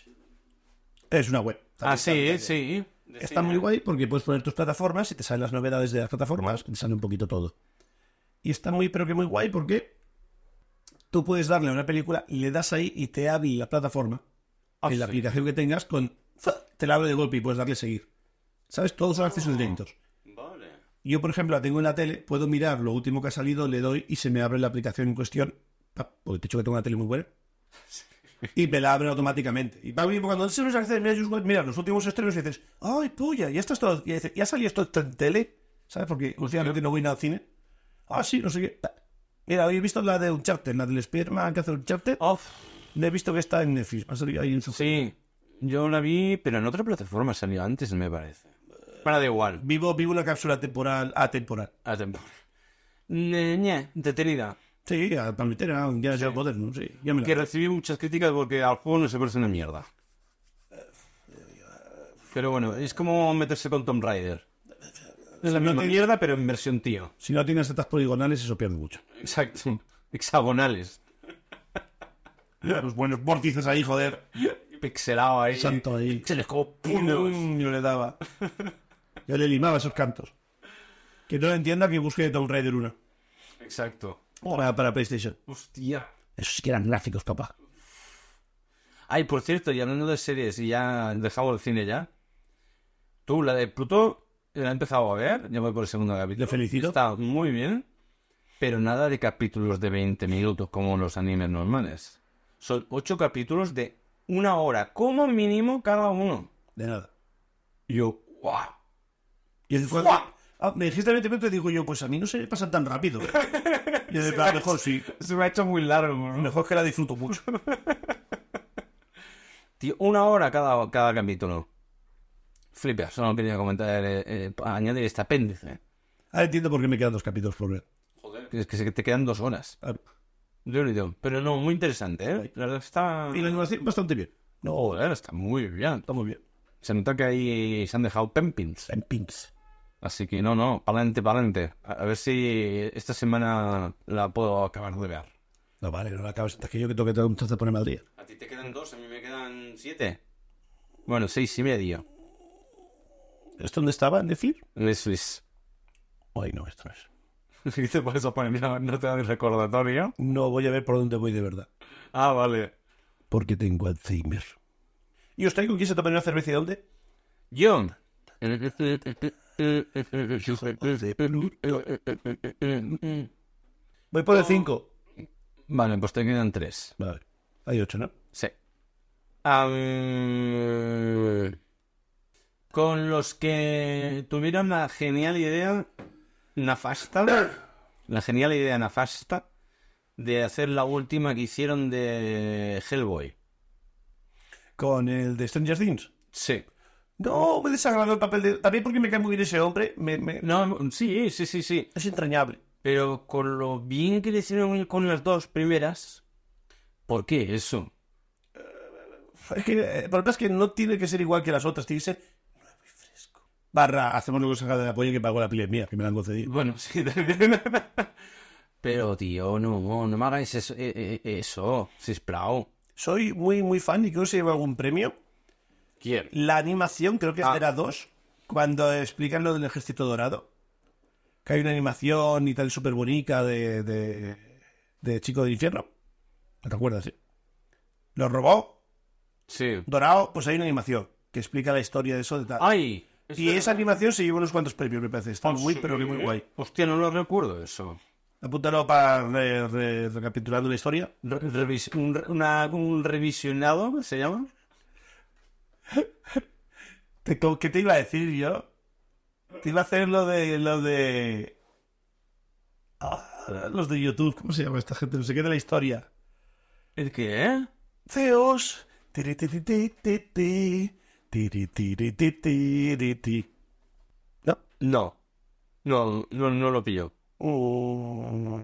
es una web.
Ah, sí, sí.
Está muy guay porque puedes poner tus plataformas y te salen las novedades de las plataformas y te sale un poquito todo. Y está muy, pero que muy guay porque tú puedes darle a una película y le das ahí y te abre la plataforma.
Ah,
en la
sí.
aplicación que tengas, con ¡fa! te la abre de golpe y puedes darle seguir. ¿Sabes? Todos son
Ah,
accesos lentos. Yo, por ejemplo, la tengo en la tele, puedo mirar lo último que ha salido, le doy y se me abre la aplicación en cuestión. Pa, Porque te he dicho que tengo una tele muy buena. Y me la abre automáticamente. Y va bien, porque cuando se los accesos, mira, Just Watch, mira, los últimos estrenos y dices, ¡ay, puya! Ya, esto es todo, ya, dice, ya salió esto en tele, ¿sabes? Porque últimamente no voy nada al cine. Ah, sí, no sé qué. Pa. Mira, habéis visto la de Uncharted, la del Spider-Man que hace Uncharted.
Off.
No he visto que está en Netflix. Me ha salido ahí en su
Sí. Yo la vi, pero en otra plataforma salió antes, me parece. Para da igual.
Vivo, vivo una cápsula temporal, atemporal.
A tiempo. Ne- ñe, detenida.
Sí, a Palmitera, ya es moderno, sí. Ya me la-
Que recibí muchas críticas porque al juego no se parece una mierda. Pero bueno, es como meterse con Tomb Raider. Es la misma mierda, pero en versión tío.
Si no tienes setas poligonales, eso pierde mucho.
Exacto. Hexagonales.
Los buenos vórtices ahí, joder.
Pixelado ahí.
Santo ahí.
Se les como
Mm, Yo le daba. Yo le limaba esos cantos. Que no lo entienda que busque Tomb Raider 1.
Exacto.
Para, para PlayStation.
Hostia.
Esos sí que eran gráficos, papá.
Ay, por cierto, y hablando de series, y ya dejamos el cine ya. Tú, la de Pluto, la he empezado a ver, ya voy por el segundo capítulo.
Le felicito.
Está muy bien, pero nada de capítulos de 20 minutos como los animes normales. Son ocho capítulos de una hora, como mínimo cada uno.
De nada.
Yo, ¡guau!
Y el cual- Ah, me dijiste 20 minutos y digo yo, pues a mí no se me pasan tan rápido. Y de plan, mejor sí.
Se me ha hecho muy largo, ¿no?
Mejor que la disfruto mucho.
Tío, una hora cada, cada capítulo. Flipa, solo quería comentar, eh, eh, añadir este apéndice.
Ahora entiendo por qué me quedan dos capítulos por ver.
Que Es que se te quedan dos horas.
A ver.
Yo lo he leído, pero no, muy interesante, ¿eh? La verdad está...
Y la animación bastante bien.
No, joder, está muy bien.
Está muy bien.
Se nota que ahí se han dejado pempins.
En pins.
Así que no, no, pa'lante, pa'lante. A, a ver si esta semana la puedo acabar de ver.
No, vale, no la acabas. Es que yo que tengo que tener un chance de ponerme al día.
A ti te quedan dos, a mí me quedan siete. Bueno, seis y medio.
¿Esto dónde estaba, en decir?
Netflix.
Ay, no, esto no es.
¿Qué te pones a poner? Mira, no te da ni recordatorio.
No voy a ver por dónde voy de verdad.
Ah, vale.
Porque tengo Alzheimer. ¿Y os traigo quién se toma una cerveza y dónde?
John.
Voy por el 5.
Vale, pues te quedan tres.
Vale. Hay 8, ¿no?
Sí. Am, con los que tuvieron la genial idea nafasta, la genial idea nafasta de hacer la última que hicieron de Hellboy.
Con el de Stranger Things.
Sí.
No, me desagradó el papel de. También porque me cae muy bien ese hombre. me- me-
No, sí, sí, sí, sí.
Es entrañable.
Pero con lo bien que le hicieron con las dos primeras, ¿por qué eso?
Es que eh, el problema es que no tiene que ser igual que las otras. Tiene que ser nuevo y fresco. Barra, hacemos lo que salga de la polla que pago la piel mía, que me la han concedido.
Bueno, sí, también. Pero, tío, no, no me hagáis eso, eh, eh, eso, sisplau.
Soy muy, muy fan y creo que se lleva algún premio.
¿Quién?
La animación, creo que
Ah.
era dos, cuando explican lo del ejército dorado. Que hay una animación y tal súper bonita de, de, de Chico del Infierno. ¿No ¿Te acuerdas? Sí? Los robó,
Sí.
dorado, pues hay una animación que explica la historia de eso. De tal.
¡Ay! Pues
y esa animación se lleva unos cuantos premios, me parece. Está muy, pero que muy guay.
Hostia, no lo recuerdo eso.
Apúntalo para re- re- recapitulando la historia.
Re- revis- un, re- una- un revisionado, ¿se llama?
Te- co- ¿Qué te iba a decir yo? Te iba a hacer lo de. lo de. Ah, los de YouTube, ¿cómo se llama esta gente? No sé qué de la historia.
¿El qué?
Zeus. Tiri, tiri, ti, ti, ti. Tiri, tiri, ti, tiri, ti. ¿No?
No. No, no, no lo pillo.
Mm.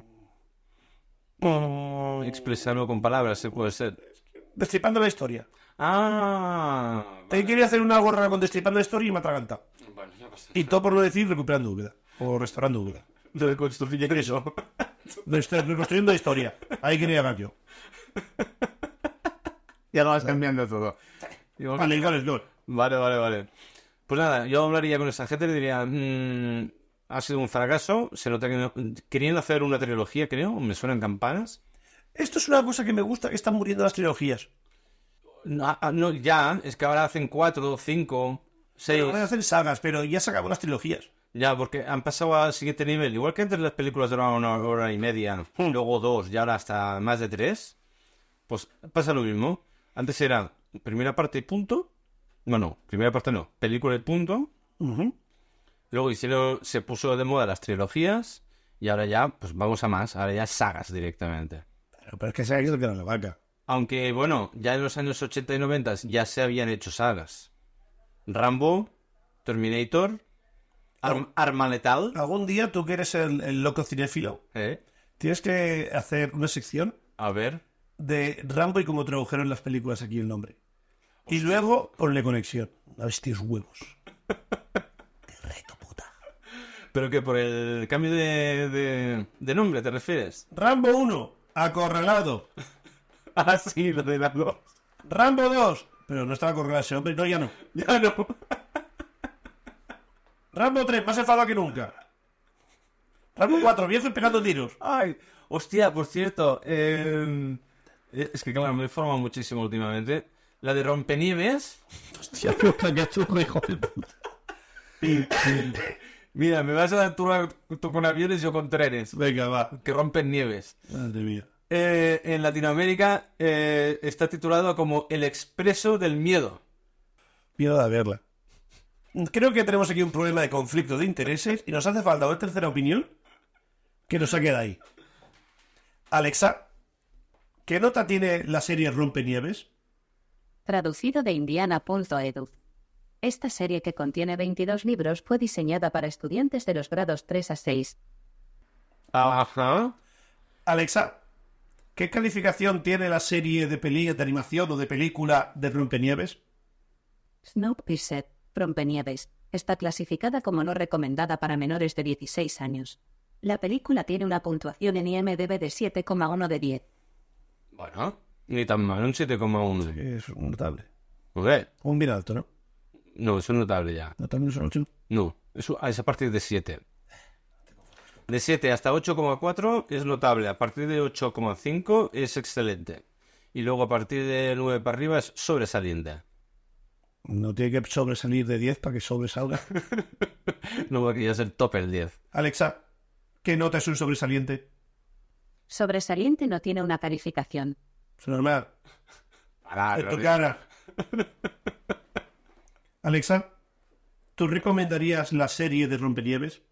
Mm.
Expresarlo con palabras, se puede ser.
Destripando la historia.
Ah.
Te quería hacer una gorra con Destripando la historia y me atraganta.
Bueno, ya pasa.
Y todo por no decir recuperando Úbeda. O restaurando Úbeda. De construcción eso. Reconstruyendo historia. Ahí quería llegar yo.
Ya lo vas cambiando todo. Digo,
Vale, igual es LOL.
Vale, vale, vale. Pues nada, yo hablaría con esa gente y le diría, "Mm, ha sido un fracaso, se nota que no- querían hacer una trilogía, creo, me suenan campanas.
Esto es una cosa que me gusta, que están muriendo las trilogías.
No, ah, no, ya, es que ahora hacen cuatro, cinco, seis.
Van a hacer sagas, pero ya se acaban las trilogías.
Ya, porque han pasado al siguiente nivel. Igual que antes las películas duraban una hora y media, luego dos y ahora hasta más de tres, pues pasa lo mismo. Antes era primera parte y punto. Bueno, primera parte no, película y punto.
Ujú.
Luego hicieron, se puso de moda las trilogías y ahora ya, pues vamos a más, ahora ya sagas directamente.
Pero, pero es que se ha ido quedando la vaca.
Aunque bueno, ya en los años 80 y 90 ya se habían hecho sagas. Rambo, Terminator, Ar- Arma Letal.
Algún día tú que eres el, el loco cinéfilo,
¿eh?
tienes que hacer una sección
A ver.
de Rambo y cómo tradujeron las películas aquí el nombre. Y luego ponle conexión. A ver si tienes huevos.
¿Pero que por el cambio de, de, de nombre te refieres?
Rambo 1, acorralado.
Ah, sí, lo de las dos.
Rambo 2, pero no estaba acorralado ese hombre, no, ya no.
Ya no.
Rambo 3, más enfadado que nunca. Rambo 4, viejo y pegando tiros.
Ay, hostia, por cierto, eh, es que claro, me informa muchísimo últimamente. La de Rompenieves.
Hostia, puta, que churro, hijo de puta.
Mira, me vas a dar tú, tú con aviones, yo con trenes,
Venga, va.
que rompen nieves.
Madre mía.
Eh, en Latinoamérica eh, está titulado como El Expreso del Miedo.
Miedo de verla. Creo que tenemos aquí un problema de conflicto de intereses y nos hace falta una tercera opinión que nos saque de ahí. Alexa, ¿qué nota tiene la serie Rompenieves?
Traducido de indiana.edu. Esta serie que contiene 22 libros fue diseñada para estudiantes de los grados 3 a 6.
Ajá.
Alexa, ¿qué calificación tiene la serie de peli de animación o de película de Rompenieves?
Snowpiercer, Rompenieves, está clasificada como no recomendada para menores de 16 años. La película tiene una puntuación en IMDb de 7,1 de 10.
Bueno, ni tan mal, un 7,1.
Es notable.
Joder,
Un bien alto, ¿no?
no, eso es notable ya.
Notable es un ocho.
No, eso ah, es a partir de 7. De 7 hasta 8,4 es notable. A partir de 8,5 es excelente. Y luego a partir de 9 para arriba es sobresaliente.
No tiene que sobresalir de 10 para que sobresalga.
No va a querer ser top el 10.
Alexa, ¿qué nota es un sobresaliente?
Sobresaliente no tiene una calificación.
Es normal.
Pará,
En tu
Rodri.
cara. Alexa, ¿tú recomendarías la serie de Rompenieves?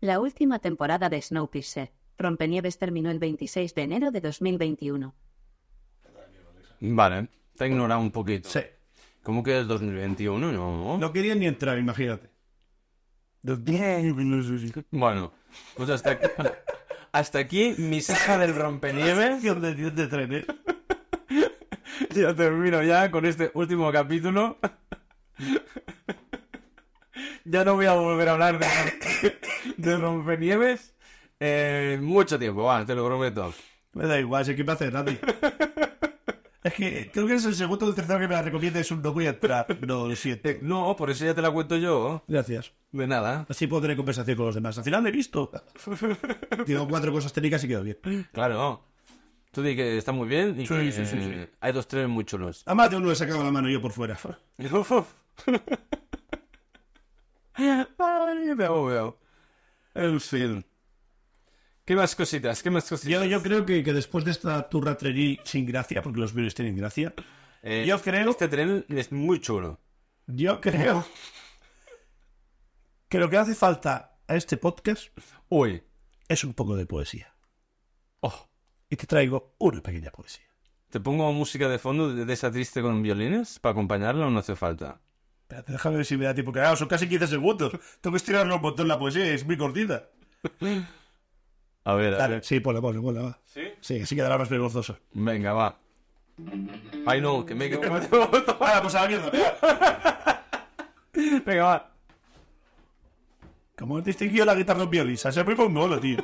La última temporada de Snowpiercer, Rompenieves terminó el 26 de enero de 2021.
Vale, te he ignorado un poquito.
Sí.
¿Cómo que es 2021? No.
No quería ni entrar, imagínate.
Bueno, pues hasta aquí, hasta aquí mi saga del rompenieves.
Sección de 10 de eh? trenes.
Ya termino ya con este último capítulo. ya no voy a volver a hablar de, de Rompenieves eh, mucho tiempo, va, te lo prometo.
Me da igual, si aquí me hace nadie. Es que creo que es el segundo o el tercero que me la recomienda es un no voy a entrar. No, lo siento.
Eh, no, por eso ya te la cuento yo.
Gracias.
De nada.
Así puedo tener conversación con los demás. Al final lo he visto. Digo cuatro cosas técnicas y quedo bien.
Claro. Tú di que está muy bien y
Sí,
que,
sí, sí, sí.
eh, hay dos trenes muy chulos.
A más de uno le sacaba la mano yo por fuera.
Ay, veo, veo. En fin. ¿Qué más cositas? ¿Qué más cositas?
Yo, yo creo que, que después de esta turra trenil sin gracia, porque los virus tienen gracia,
Eh,
yo creo-
Este tren es muy chulo.
yo creo que lo que hace falta a este podcast
Uy.
es un poco de poesía.
Oh.
Y te traigo una pequeña poesía.
¿Te pongo música de fondo de de esa triste con violines para acompañarla o no hace falta?
Espérate, déjame ver si me da tiempo. Claro, son casi 15 segundos. Tengo que estirarlo un montón la poesía, es muy cortita.
A ver, a ver.
Dale, sí, ponla, ponla, ponla. va.
¿Sí?
Sí, así quedará más vergonzoso.
Venga, va. I know, que me
Vaya, pues a la mierda.
Venga, va.
¿Cómo has distinguido la guitarra de un violista? Se fue un molo, tío.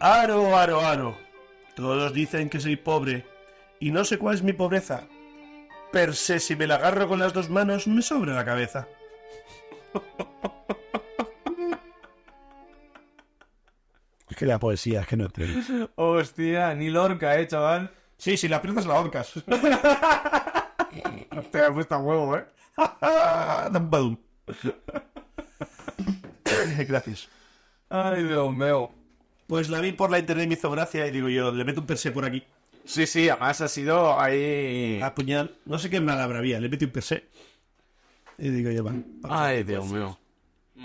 Aro, aro, aro. Todos dicen que soy pobre. Y no sé cuál es mi pobreza. Per se, si me la agarro con las dos manos, me sobra la cabeza. Es que la poesía es que no entiendo.
Hostia, ni Lorca, eh, chaval.
Sí, si la pierdes la horcas. Te ha puesto a huevo, ¿eh? Dum, badum. Gracias.
Ay, Dios mío.
Pues la vi por la internet y me hizo gracia y digo yo, le meto un persé por aquí.
Sí, sí, además ha sido ahí.
A puñal. No sé qué palabra había, le metí un persé. Y digo yo, va. pues,
Ay, Dios mío.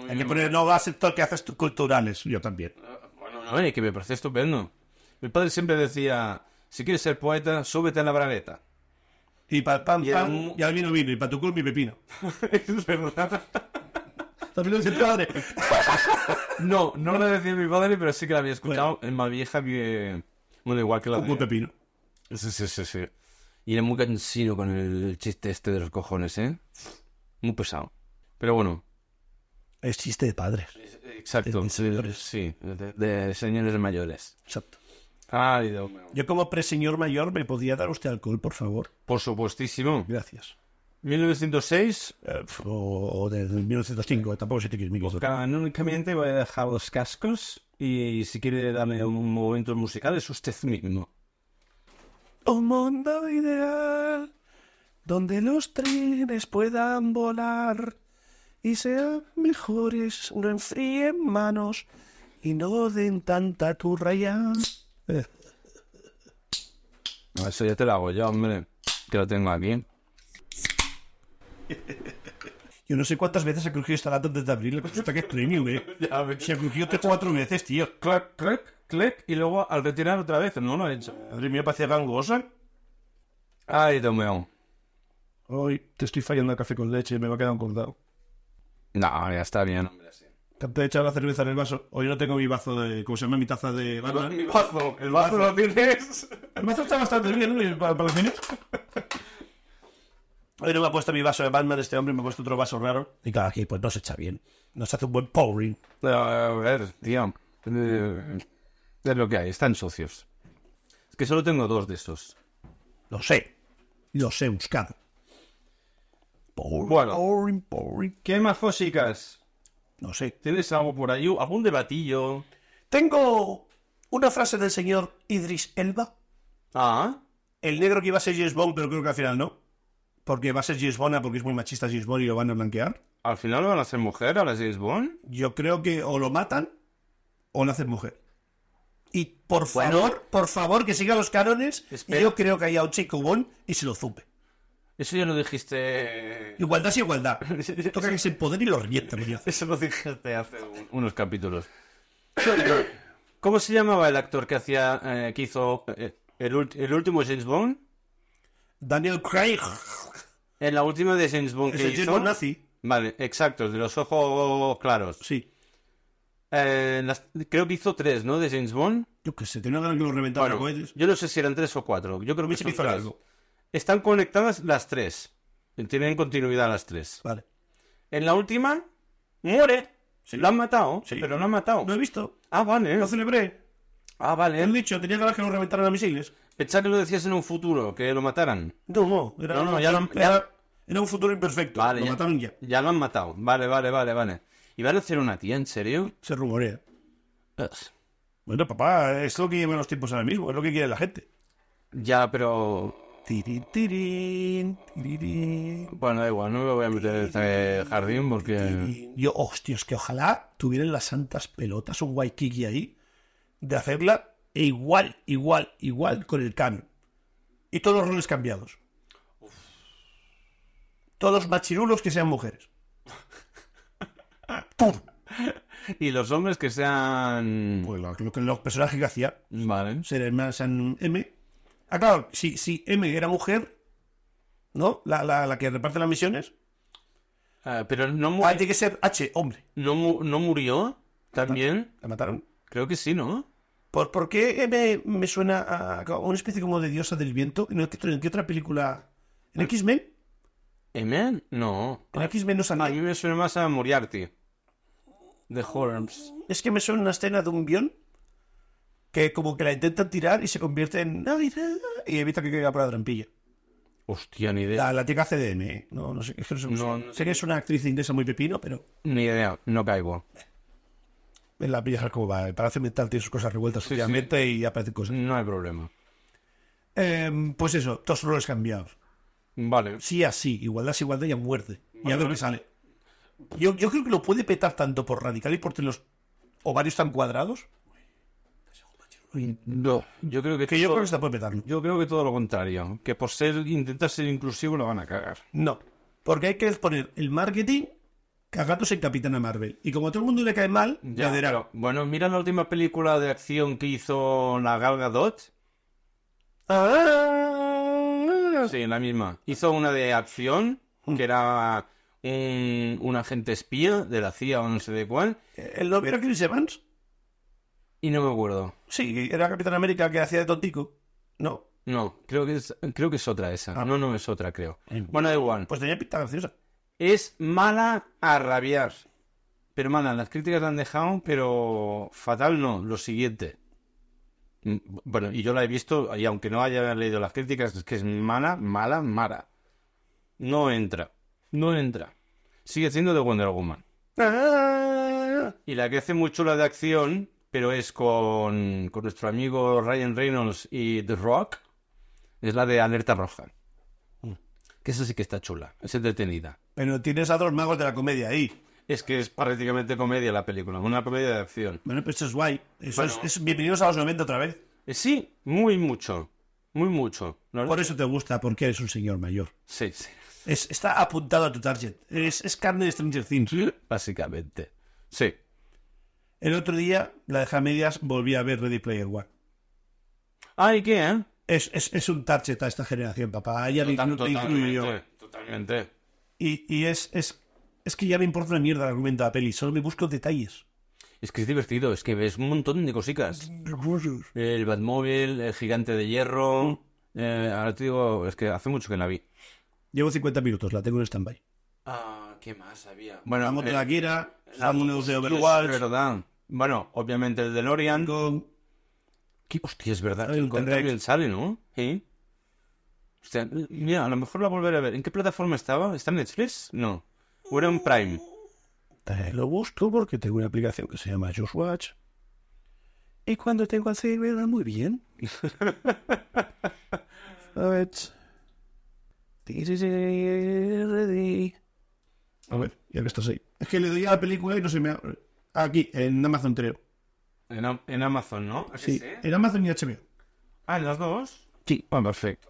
Hay que poner, no vas a que haces tus culturales. Yo también.
Bueno, no, es que me parece estupendo. Mi padre siempre decía: si quieres ser poeta, súbete a la bragueta.
Y para pan,
Y el
pan,
mu-
y al vino, vino. Y para tu culo, mi pepino.
es verdad.
También lo dice el padre.
No, no lo decía mi padre, pero sí que la había escuchado en más vieja que. Bueno, igual que la.
Un
de-
pepino.
Sí, sí, sí, sí. Y era muy cansino con el chiste este de los cojones, ¿eh? Muy pesado. Pero bueno,
Es chiste de padres.
exacto.
De señores.
Sí, de, de señores mayores.
Exacto.
Ay, Dios mío.
Yo como preseñor mayor, ¿me podía dar usted alcohol, por favor?
Por supuestísimo.
Gracias.
1906,
Eh, pf, o, o del 1905, eh, tampoco sé qué es mi cosa.
canónicamente voy a dejar los cascos y si quiere darme un momento musical es usted mismo.
Un mundo ideal donde los trenes puedan volar y sean mejores, no enfríen manos y no den tanta turra ya.
Eso ya te lo hago yo, hombre. Que lo tengo aquí.
Yo no sé cuántas veces ha crujido esta lata antes de abrirla, que está que es premium, eh.
Ya ves.
Se ha crujido tres o cuatro veces, tío.
Clac, clac, clac. Y luego al retirar otra vez, no lo he hecho.
Madre mía, parecía gangosa.
Ay, Dios mío.
Hoy te estoy fallando el café con leche, me va a quedar encordado.
No, ya está bien. hombre, sí.
Tanto he echado la cerveza en el vaso. Hoy no tengo mi vaso de... ¿Cómo se llama? Mi taza de... barra.
Mi vaso, el vaso lo tienes.
El mazo está bastante bien, ¿no? Y Para, para los niños. Hoy no me ha puesto mi vaso de Batman este hombre, me ha puesto otro vaso raro. Y claro, aquí pues no se echa bien. Nos hace un buen pouring.
A ver, tío. eh, Es lo que hay, están socios. Es que solo tengo dos de estos.
Lo sé. Lo sé, buscado. Pouring,
Bueno.
pouring, pouring.
¿Qué más fósicas?
No sé.
¿Tienes algo por ahí? ¿Algún debatillo?
Tengo una frase del señor Idris Elba.
Ah,
El negro que iba a ser James Bond, pero creo que al final no. Porque va a ser James Bond, ah, porque es muy machista James Bond y lo van a blanquear.
al final van a ser mujer, ahora sí es Bond.
Yo creo que o lo matan o lo hacen mujer. Y por favor, por favor, que siga los cánones.
Espera.
Yo creo que haya un chico bon y se lo zumpe.
Eso ya lo dijiste.
Igualdad es igualdad. Toca que se empodere y lo revienta, coñazo.
Eso lo dijiste hace un- unos capítulos. ¿Cómo se llamaba el actor que hacía, eh, que hizo eh, el, ult- el último James Bond?
Daniel Craig.
En la última de James Bond
Es
que
el James
hizo.
Bond nazi.
Vale, exacto, el de los ojos claros.
Sí.
Eh, las- creo que hizo tres, ¿no? De James Bond.
Yo qué sé, tenía ganas que lo reventara con cohetes.
yo no sé si eran tres o cuatro. Yo creo
A mí
que
se me
son
pues, hizo
tres.
algo.
Están conectadas las tres. Tienen continuidad las tres.
Vale.
En la última, muere.
Sí.
Lo han matado,
Sí.
pero lo han matado.
Lo he visto.
Ah, vale.
Lo celebré.
Ah,
Lo he
vale.
dicho, tenía ganas que lo reventaran a misiles.
Pensaba que lo decías en un futuro, que lo mataran.
No, no. Era,
No, no, ya lo-
era, era un futuro imperfecto.
Vale,
lo
ya,
mataron ya.
ya lo han matado. Vale, vale, vale, vale. ¿Y van a hacer una tía, en serio?
Se rumorea.
Ugh.
Pues. Bueno, papá, es lo que llevan los tiempos ahora mismo, es lo que quiere la gente.
Ya, pero...
Tirin, tirin, tirirín,
Bueno, da igual, no me voy a meter en este jardín porque...
tirín. Yo, hostias, que ojalá tuvieran las santas pelotas un waikiki ahí de hacerla e igual, igual, igual con el canon. Y todos los roles cambiados. Todos machirulos que sean mujeres. ¡Pum!
Y los hombres que sean...
Pues lo, lo que los personajes que hacía
Vale.
ser hermanas en M. Ah, claro, si, si M era mujer, ¿no? La, la, la que reparte las misiones.
Ah, pero no, mu-
Ah, tiene que ser H, hombre.
no, mu- no murió también.
¿La mataron?
Creo que sí, ¿no?
¿Por, por qué me, me suena a, a una especie como de diosa del viento? ¿En, el que- en qué otra película? ¿En X-Men?
¿Emen? No.
¿En X-Men no
A
sale?
mí me suena más a Moriarty. De Holmes.
Es que me suena una escena de un guión que como que la intentan tirar y se convierte en... "Ay, ah", Y evita que caiga por la trampilla.
Hostia, ni idea.
La, la tía CDM, ¿eh? No, no sé. Es que no sé, cómo se
No,
llama.
no
sé que es una actriz inglesa muy pepino, pero...
Ni idea. No caigo.
En la pilla sabes cómo va. El palacio mental tiene sus cosas revueltas
Sí,
últimamente y aparecen cosas.
No hay problema.
Eh, pues eso, todos los roles cambiados.
Vale.
Sí, así. Igualdad es igualdad y a muerte. Y a lo que sale. Yo, yo creo que lo puede petar tanto por radical y por tener los ovarios tan cuadrados.
No. Yo creo que,
Que yo
todo-
creo que esta puede petarlo.
yo creo que todo lo contrario. Que por ser intentar ser inclusivo lo van a cagar.
No. Porque hay que poner el marketing cagándose en Capitana Marvel. Y como a todo el mundo le cae mal, ya, dirá.
pero, bueno, mira la última película de acción que hizo la Gal Gadot.
"Ah".
Sí, la misma. Hizo una de acción, que era un, un agente espía de la CIA o no sé de cuál,
¿El novio era Chris Evans?
y no me acuerdo.
Sí, era Capitán América que hacía de tontico. No.
No, creo que es, creo que es otra esa.
Ah.
No, no es otra, creo.
Eh,
Bueno, da igual.
Pues tenía pinta graciosa.
Es mala a rabiar. Pero mala, las críticas la han dejado, pero fatal no, lo siguiente. Mm, Bueno, y yo la he visto, y aunque no haya leído las críticas, es que es mala, mala, mala. No entra, no entra. Sigue siendo de Wonder Woman. Y la que hace muy chula de acción, pero es con, con nuestro amigo Ryan Reynolds y The Rock, es la de Alerta Roja. Que esa sí que está chula, es entretenida.
Pero tienes a dos magos de la comedia ahí.
Es que es prácticamente comedia la película, una comedia de acción.
Bueno, pues eso es guay. Eso es, es- bienvenidos a los 90 otra vez.
Eh, Sí, muy mucho, muy mucho. La verdad-
Por eso te gusta, porque eres un señor mayor.
Sí, sí,
Es- está apuntado a tu target. Es, es carne de Stranger Things.
básicamente. Sí.
El otro día, la dejé a medias, volví a ver Ready Player One.
Ay, ¿qué, eh?
Es, es- es un target a esta generación, papá. Ya me
Total-
inclu- te incluyo yo.
totalmente.
Y, y es, es, es que ya me importa una mierda el argumento de la peli. Solo me busco detalles.
Es que es divertido, es que ves un montón de cositas. El Batmóvil, el gigante de hierro.
Mm.
eh, ahora te digo, es que hace mucho que la vi.
Llevo 50 minutos, la tengo en stand-by.
Ah, ¿qué más había? Bueno,
La moto de
eh,
la Kira, vámonos de
hostia, es
Overwatch,
verdad. Bueno, obviamente el DeLorean.
con-
¿Qué? Hostia, es verdad.
Hay un
Con
T-Rex.
Gabriel sale, ¿no? Sí. Hostia, mira, a lo mejor la volveré a ver. ¿En qué plataforma estaba? ¿Está en Netflix? No. ¿O era en Prime?
Te lo busco porque tengo una aplicación que se llama Just Watch. Y cuando tengo así, me da muy bien. A ver. A ver, ya que estás ahí. Es que le doy a la película y no se me abre. Aquí, en Amazon creo.
En, Am- en Amazon, ¿no?
Sí, en Amazon y HBO.
Ah, en las dos.
Sí.
Ah, perfecto.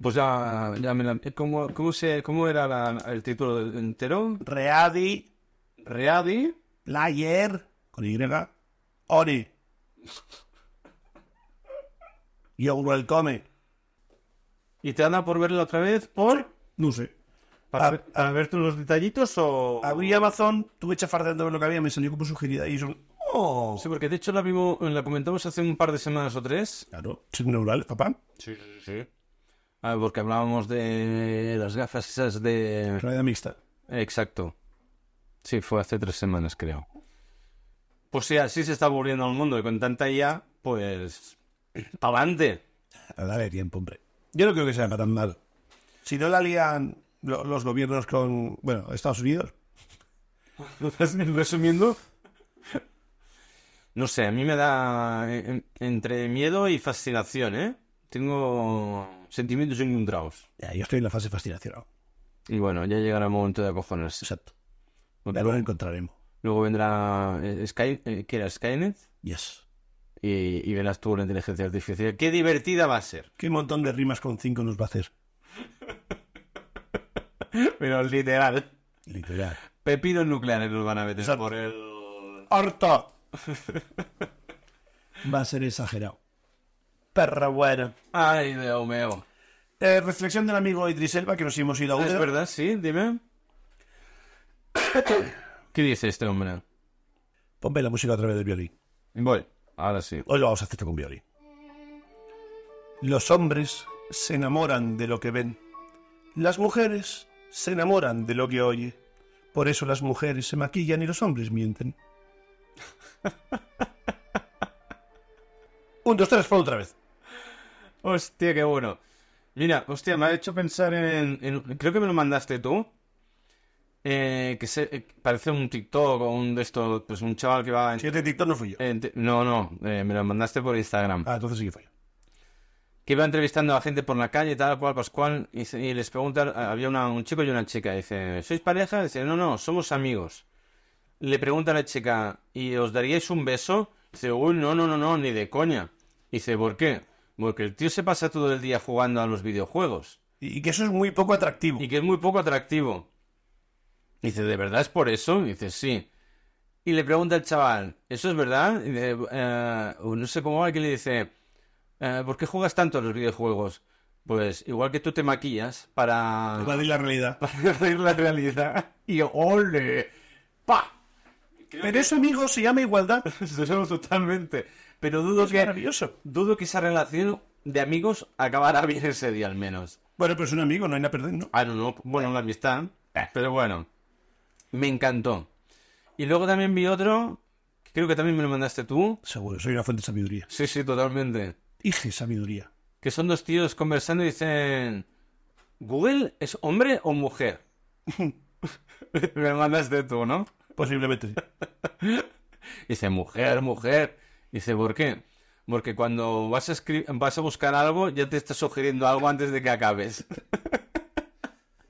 Pues ya, ya me la... eh, ¿Cómo, cómo, se, cómo era la- el título entero?
Ready,
Ready.
Layer, con Y, Ori. Yo welcome.
¿Y te anda por verla otra vez? ¿Por?
No sé.
¿Para,
Ah.
ver- para verte los detallitos o...?
Abrí Amazon, tuve chafardeando a ver lo que había, me salió como sugerida y son. ¡Oh!
Sí, porque de hecho la, vimos, la comentamos hace un par de semanas o tres.
Claro, son neurales, papá.
Sí, sí, sí. Ah, porque hablábamos de las gafas esas de...
Realidad mixta.
Exacto. Sí, fue hace tres semanas, creo. Pues sí, así se está volviendo al mundo y con tanta IA, pues... ¡Pa'lante!
Dale tiempo, hombre. Yo no creo que sea tan malo. Si no la lían lo- los gobiernos con. Bueno, Estados Unidos.
¿Lo estás resumiendo? No sé, a mí me da eh, en- entre miedo y fascinación, ¿eh? Tengo sentimientos encontrados.
Ya, yo estoy en la fase fascinación. ahora.
Y bueno, ya llegará el momento de acojonarse.
Exacto. Ya lo
Luego,
encontraremos.
luego vendrá eh, Sky, eh, ¿qué era? Skynet
Yes.
y, y verás tú la inteligencia artificial. ¡Qué divertida va a ser!
Qué montón de rimas con cinco nos va a hacer.
Pero literal.
Literal.
Pepinos nucleares nos van a meter
Exacto.
por el...
¡Harta! va a ser exagerado. Perra buena.
¡Ay, Dios mío!
Eh, reflexión del amigo Idris Elba, que nos hemos ido a
Ah, ¿Es
Úbeda.
verdad? Sí, dime. ¿Qué dice este hombre?
Ponme la música a través del violín.
Voy. Ahora sí.
Hoy lo vamos a hacer esto con Biori. Los hombres se enamoran de lo que ven. Las mujeres se enamoran de lo que oye. Por eso las mujeres se maquillan y los hombres mienten. Un, dos, tres, por otra vez.
Hostia, qué bueno. Mira, hostia, me ha hecho pensar en. en- creo que me lo mandaste tú. Eh, que se, eh, parece un TikTok o un de estos. Pues un chaval que va. en-
Si es de TikTok no fui yo.
en- no, no, eh, me lo mandaste por Instagram.
Ah, entonces sí que fue yo.
que iba entrevistando a gente por la calle, tal cual, Pascual, y, se- y les pregunta, había una- un chico y una chica, dice, ¿sois pareja? Dice, no, no, somos amigos. Le pregunta a la chica, ¿y os daríais un beso? Dice, uy, no, no, no, no, ni de coña. Dice, ¿por qué? Porque el tío se pasa todo el día jugando a los videojuegos
Y y que eso es muy poco atractivo.
y que es muy poco atractivo. Dice, ¿de verdad es por eso? Dice, sí. Y le pregunta al chaval, ¿eso es verdad? Y dice, "Eh, no sé cómo va, que le dice, "Eh, ¿por qué juegas tanto a los videojuegos? Pues igual que tú te maquillas para
Va a decir la realidad.
para ir la realidad. Y yo, ¡ole! ¡Pa! Pues
Pero eso, amigos, se llama igualdad.
Eso totalmente. Pero dudo
Es
que,
maravilloso.
dudo que esa relación de amigos acabará bien ese día al menos.
Bueno, pero es un amigo, no hay nada a perder, ¿no?
Ah, no, no, bueno, la amistad. Pero bueno, me encantó. Y luego también vi otro, que creo que también me lo mandaste tú.
Seguro, soy una fuente de sabiduría.
Sí, sí, totalmente.
Hije sabiduría.
Que son dos tíos conversando y dicen, ¿Google es hombre o mujer? me lo mandaste tú, ¿no?
Posiblemente sí.
Dice, mujer, mujer. Dice, ¿por qué? Porque cuando vas a, escri- vas a buscar algo, ya te está sugiriendo algo antes de que acabes.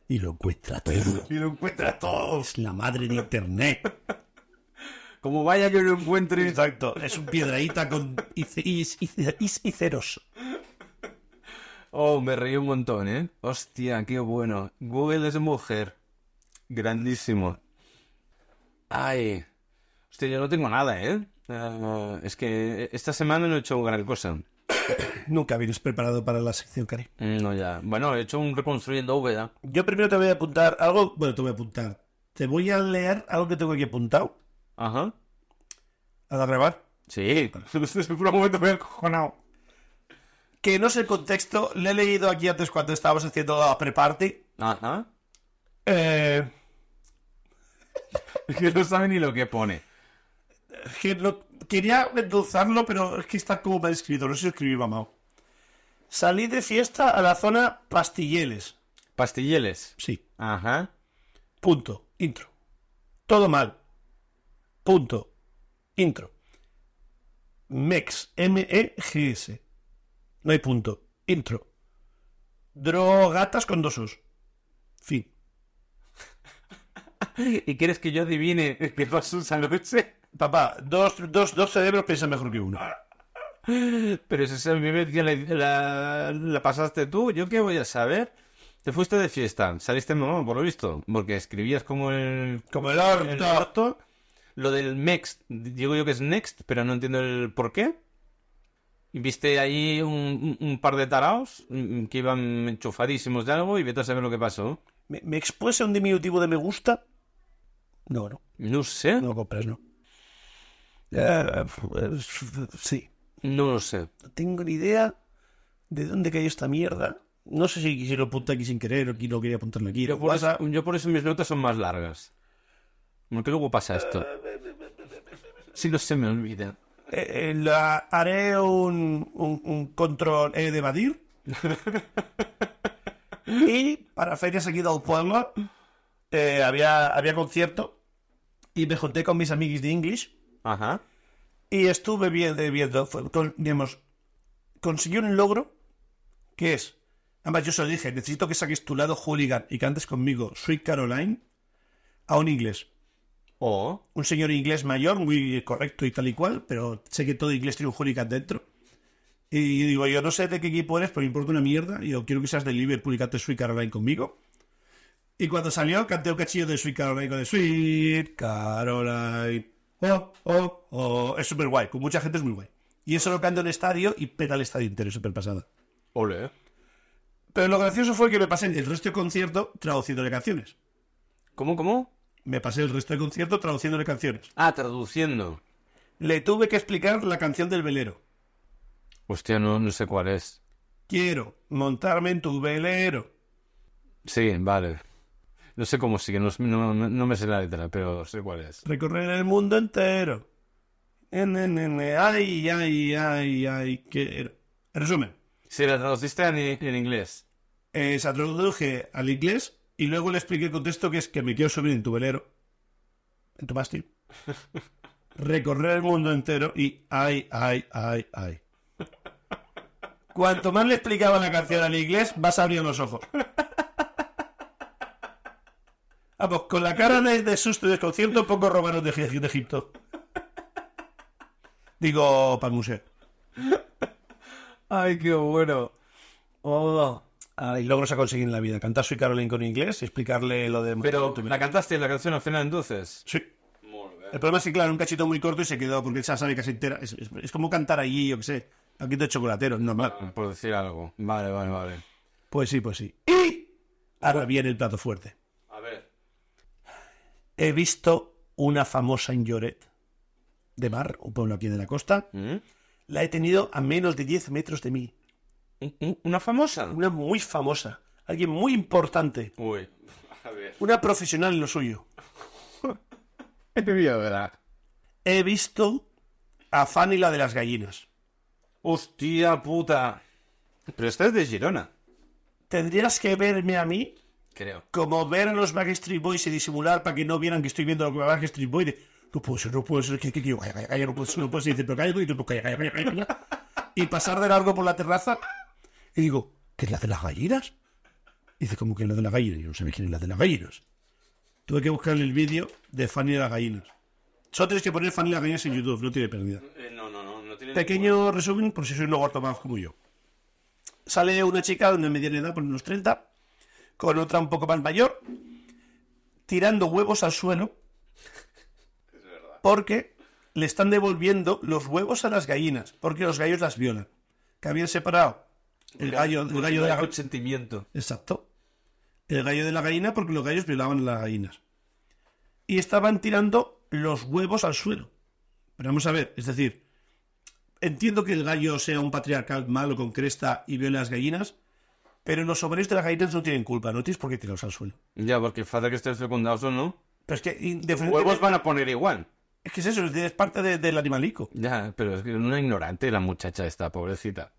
Y lo encuentra todo. Y lo encuentra todo. Es la madre de internet.
Como vaya yo lo encuentre.
Exacto. Es un piedradita con is, is- is- is- y ceros.
Oh, me reí un montón, ¿eh? Hostia, qué bueno. Google es mujer. Grandísimo. Ay. Hostia, yo no tengo nada, ¿eh? Eh, es que esta semana no he hecho gran cosa.
Nunca vienes preparado para la sección, Cari.
Mm, No, ya. Bueno, he hecho un reconstruyendo Úbeda.
Yo primero te voy a apuntar algo. Bueno, te voy a apuntar. Te voy a leer algo que tengo aquí apuntado.
Ajá.
A grabar.
Sí. Por un momento me he acojonado.
Que no sé el contexto. Le he leído aquí antes cuando estábamos haciendo la pre-party.
Ajá.
Eh,
Que no sabe ni lo que pone.
que no- quería endulzarlo, pero es que está como mal escrito. No sé si escribí mamado. Salí de fiesta a la zona Pastilleles.
Pastilleles.
Sí.
Ajá.
Punto. Intro. Todo mal. Punto. Intro. Mex. M-E-G-S. No hay punto. Intro. Drogatas con dos us. Fin.
¿Y quieres que yo adivine qué pasó esa noche?
Papá, dos, dos, dos cerebros piensan mejor que uno.
Pero si esa vivencia la, la- la pasaste tú, ¿yo qué voy a saber? Te fuiste de fiesta, saliste mamón, por lo visto, porque escribías como el,
Como el
el
orto.
orto. Lo del next, digo yo que es next, pero no entiendo el por qué. Y Viste ahí un, un- un par de taraos mm, que iban enchufadísimos de algo y vete a saber lo que pasó.
¿Me, me expuese un diminutivo de me gusta? No, no.
No sé,
No
no,
lo compras, no. Eh, eh, sí.
lo sé.
No tengo ni idea de dónde cayó esta mierda. No sé si quisiera apuntar aquí sin querer o que no quería apuntarlo aquí.
Yo por,
Pasa.
eso, yo por eso mis notas son más largas. Porque luego pasa esto. Si no se me olvida.
Eh, eh, la- haré un, un- un control E de evadir. y para ferias aquí del pueblo eh, había, había concierto y me junté con mis amiguis de English
Ajá.
y estuve bien- eh, viendo, fue- con- digamos, conseguí un logro que es, además yo se lo dije, necesito que saques tu lado hooligan y cantes conmigo Sweet Caroline a un inglés.
O.
un señor inglés mayor, muy correcto y tal y cual, pero sé que todo inglés tiene un Hurricane dentro. Y yo digo, yo no sé de qué equipo eres, pero me importa una mierda. Y yo quiero que seas de Liverpool y cantes Sweet Caroline conmigo. Y cuando salió, canté un cachillo de Sweet Caroline con el Sweet Caroline. Oh, oh, oh. Es súper guay, con mucha gente es muy guay. Y eso lo canto en el estadio y peta el estadio entero, súper pasada.
Ole. eh.
Pero lo gracioso fue que me pasé el resto del concierto traduciéndole canciones.
¿Cómo, cómo?
Me pasé el resto del concierto traduciéndole canciones.
Ah, traduciendo.
Le tuve que explicar la canción del velero.
Hostia, no, no sé cuál es.
Quiero montarme en tu velero.
Sí, vale. No sé cómo sigue, no, no- no me sé la letra, pero sé cuál es.
Recorrer el mundo entero. Eh, ne, ne, ne. Ay, ay, ay, ay, quiero. En resumen,
Sí, la traduciste en, i- en inglés.
eh, se traduje al inglés y luego le expliqué el contexto que es que me quiero subir en tu velero. En tu mástil. Recorrer el mundo entero y ay, ay, ay, ay. Cuanto más le explicaba la canción al inglés, vas abriendo los ojos. Vamos, Ah, pues con la cara de, de susto y desconcierto, pocos romanos de, Egip- de Egipto. Digo, Palmusé.
Ay, qué bueno. Oh.
Ah, y logros a conseguir en la vida. Cantar Soy Caroline con inglés y explicarle lo de...
Pero la cantaste la canción al final entonces.
Sí. El problema es que, claro, un cachito muy corto y se quedó porque él se la sabe casi entera. Es, es- es como cantar allí, yo qué sé, aquí de chocolatero, es normal.
Por decir algo. Vale, vale, vale.
Pues sí, pues sí. Y ahora viene el plato fuerte.
A ver.
He visto una famosa en Lloret de mar, un pueblo aquí de la costa. La he tenido a menos de 10 metros de mí.
¿Una famosa?
Una muy famosa, alguien muy importante,
Uy. A ver.
una profesional en lo suyo.
¿verdad?
He visto a Fanny la de las gallinas.
Hostia puta. Pero esta es de Girona.
Tendrías que verme a mí
Creo.
como ver a los Backstreet Boys y disimular para que no vieran que estoy viendo a los Backstreet Boys. de, no puedo ser, no puedo ser, que, que, que, calla, calla, calla, no puedo ser, no puedo ser. Y dice, pero calla tú, y tú, pues, calla, calla, calla, calla, calla. Y pasar de largo por la terraza y digo, ¿qué es la de las gallinas? Y dice, ¿cómo que es la de las gallinas? Yo no sé quién es la de las gallinas. Tuve que buscar el vídeo de Fanny de las gallinas. Solo tienes que poner Fanny de las gallinas en YouTube, no tiene pérdida.
Eh, no, no, no. no tiene
Pequeño resumen, por si sois luego más como yo. Sale una chica de una mediana edad, por unos 30, con otra un poco más mayor, tirando huevos al suelo. Porque le están devolviendo los huevos a las gallinas, porque los gallos las violan. Que habían separado el gallo, el gallo de la gallina.
consentimiento.
Exacto. El gallo de la gallina, porque los gallos violaban a las gallinas. Y estaban tirando los huevos al suelo. Pero vamos a ver, es decir, entiendo que el gallo sea un patriarcal malo con cresta y viole a las gallinas, pero los obreros de las gallinas no tienen culpa, no tienes por qué tirarlos al suelo.
Ya, porque el fatal que esté fecundados o no.
Pero es que, independientemente-
Huevos van a poner igual.
es que es eso, es parte de- del animalico.
Ya, pero es que una ignorante la muchacha esta, pobrecita.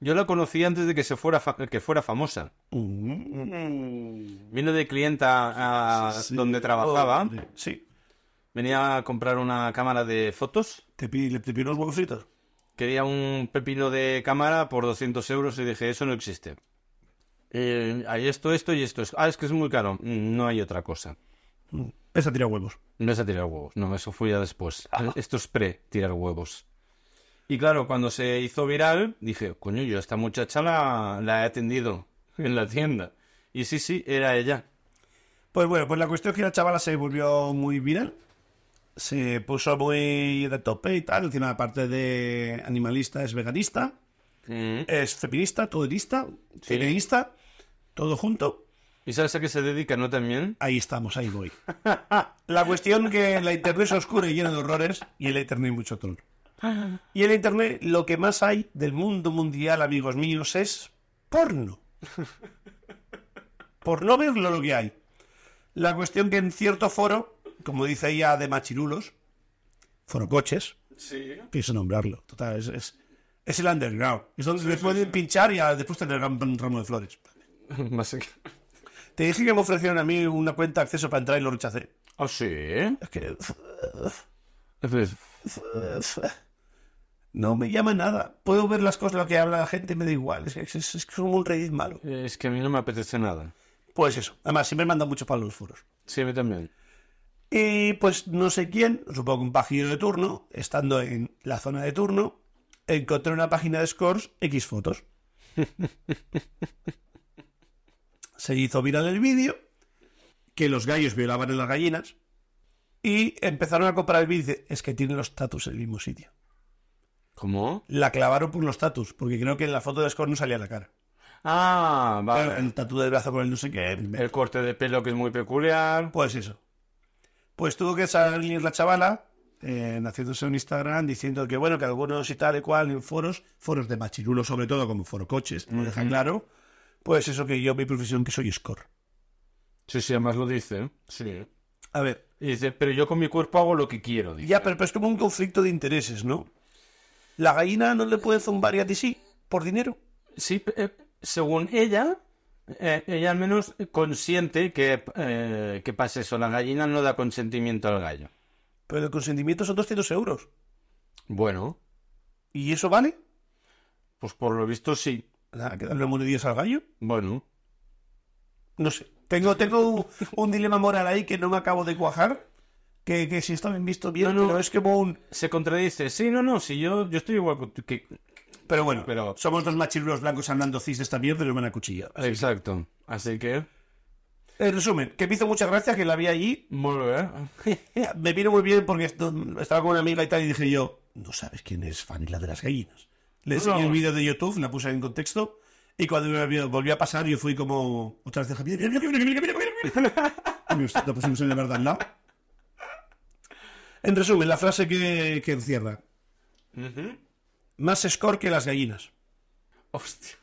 Yo la conocí antes de que se fuera fa- que fuera famosa. Vino de clienta a Mm. donde trabajaba.
Sí.
Venía a comprar una cámara de fotos.
Te pide, te pide unos huevos fritos.
Quería un pepino de cámara por 200 euros y dije, eso no existe. Eh, hay esto, esto y esto. Ah, es que es muy caro. Mm, No hay otra cosa.
Esa tira huevos.
No es a tirar huevos, no, eso fue ya después. Eh, Esto es pre-tirar huevos. Ah. Y claro, cuando se hizo viral, dije, coño, yo a esta muchacha la, la he atendido en la tienda. Y sí, sí, era ella.
Pues bueno, pues la cuestión es que la chavala se volvió muy viral. Se puso muy de tope y tal. Encima, aparte de animalista, es veganista,
Mm.
es feminista, toderista, feminista, todo junto.
¿Y sabes a qué se dedica, no también?
Ahí estamos, ahí voy. la cuestión que la internet es oscura y llena de horrores y en la internet hay mucho troll. Y en la internet lo que más hay del mundo mundial, amigos míos, es porno. Por no verlo lo que hay. La cuestión que en cierto foro, como dice ella de machirulos, foro coches, pienso nombrarlo. Total, es, es, es el underground. Es donde les pueden pinchar y ah, después tener un ramo de flores.
Más que-
Te dije que me ofrecieron a mí una cuenta de acceso para entrar y lo rechacé.
Ah, sí.
Es que
Entonces,
no me llama nada. Puedo ver las cosas, lo que habla la gente, me da igual. Es, es, es, es como un Reddit malo.
Es que a mí no me apetece nada.
Pues eso. Además, siempre me mandan mucho para los foros.
Sí, a mí también.
Y pues no sé quién, supongo que un pajero de turno, estando en la zona de turno, encontré una página de scores X fotos. Se hizo viral el vídeo, que los gallos violaban a las gallinas, y empezaron a comprar el vídeo. y dice, Es que tienen los tatus en el mismo sitio.
¿Cómo?
La clavaron por los tatus, porque creo que en la foto de Score no salía la cara.
Ah,
Claro,
vale.
El tatu del brazo con el no sé qué.
El corte de pelo que es muy peculiar.
Pues eso. Pues tuvo que salir la chavala, eh, haciéndose un Instagram diciendo que, bueno, que algunos y tal y cual en foros, foros de machirulo sobre todo, como foro coches, lo deja claro, pues eso que yo, mi profesión, que soy score.
Sí, sí, además lo dice. ¿eh? Sí.
A ver,
Y dice, pero yo con mi cuerpo hago lo que quiero. Dice.
ya, pero, pero es como un conflicto de intereses, ¿no? La gallina no le puede zumbar y a ti sí, por dinero.
Sí, pe- eh, según ella, eh, ella al menos consiente que, eh, que pase eso. La gallina no da consentimiento al gallo.
Pero el consentimiento son 200 euros.
Bueno,
¿Y eso vale?
pues por lo visto sí.
Nada, que darle monedillas al gallo.
Bueno,
No sé. Tengo, tengo un, un dilema moral ahí que no me acabo de cuajar. Que, que si está bien visto bien,
No, no.
pero es como un.
se contradice. Sí, no, no, si yo, yo estoy igual que- que...
Pero bueno,
Pero-
somos dos machirulos blancos hablando cis de esta mierda y nos van a cuchillar.
Exacto. Así que...
En resumen, que me hizo mucha gracia que la vi allí.
Muy bien.
Me vino muy bien porque esto- estaba con una amiga y tal y dije yo, no sabes quién es Fanila de las gallinas. Le enseñé
No.
el vídeo de YouTube, la puse en contexto y cuando me volvió a pasar yo fui como otra vez de Javier. Mira, mira, mira, mira, mira, mira, mira". Y me- La pusimos en el verdad al lado. En resumen, la frase que, que encierra. Más score que las gallinas.
Hostia.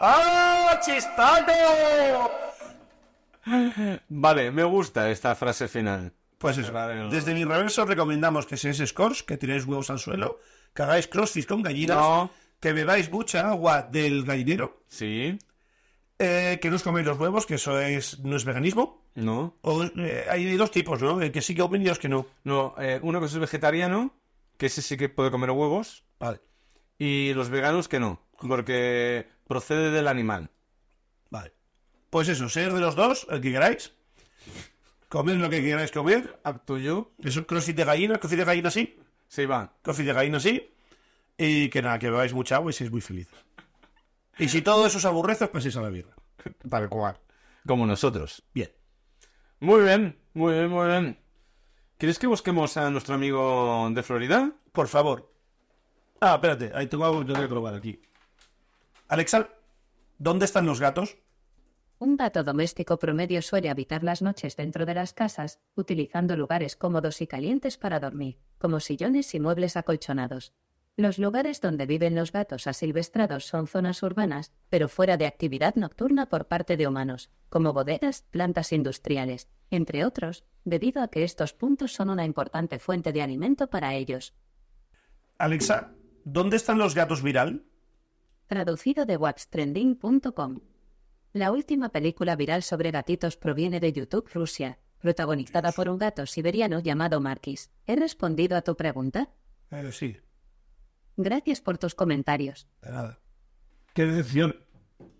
¡Ah, chistano!
Vale, me gusta esta frase final.
Pues eso.
Vale, no.
Desde mi reverso recomendamos que seáis scores, que tiréis huevos al suelo, que hagáis crossfit con gallinas,
No.
que bebáis mucha agua del gallinero,
Sí,
eh, que no os coméis los huevos, que eso es, no es veganismo.
no.
O, eh, hay dos tipos, ¿no? El que sí que comen y los que no.
No, eh, uno que es vegetariano, que ese sí que puede comer huevos,
Vale,
y los veganos que no, porque procede del animal.
vale. Pues eso, ser de los dos, el que queráis. Comer lo que queráis comer.
Up to you.
Eso, crossfit de gallina, crossfit de gallina sí,
Sí, va.
crossfit de gallina sí. Y que nada, que bebáis mucha agua y seáis muy felices. Y si todo eso os aburrece, os paséis a la birra.
Tal cual. Como nosotros.
Bien.
Muy bien, muy bien, muy bien. ¿Quieres que busquemos a nuestro amigo de Florida?
Por favor. Ah, espérate, ahí tengo algo que tengo que probar aquí. Alexa, ¿dónde están los gatos?
Un gato doméstico promedio suele habitar las noches dentro de las casas, utilizando lugares cómodos y calientes para dormir, como sillones y muebles acolchonados. Los lugares donde viven los gatos asilvestrados son zonas urbanas, pero fuera de actividad nocturna por parte de humanos, como bodegas, plantas industriales, entre otros, debido a que estos puntos son una importante fuente de alimento para ellos.
Alexa, ¿dónde están los gatos viral?
Traducido de waxtrending.com. La última película viral sobre gatitos proviene de YouTube Rusia, protagonizada por un gato siberiano llamado Marquis. ¿He respondido a tu pregunta?
Eh, sí,
Gracias por tus comentarios.
de nada. Qué decepción.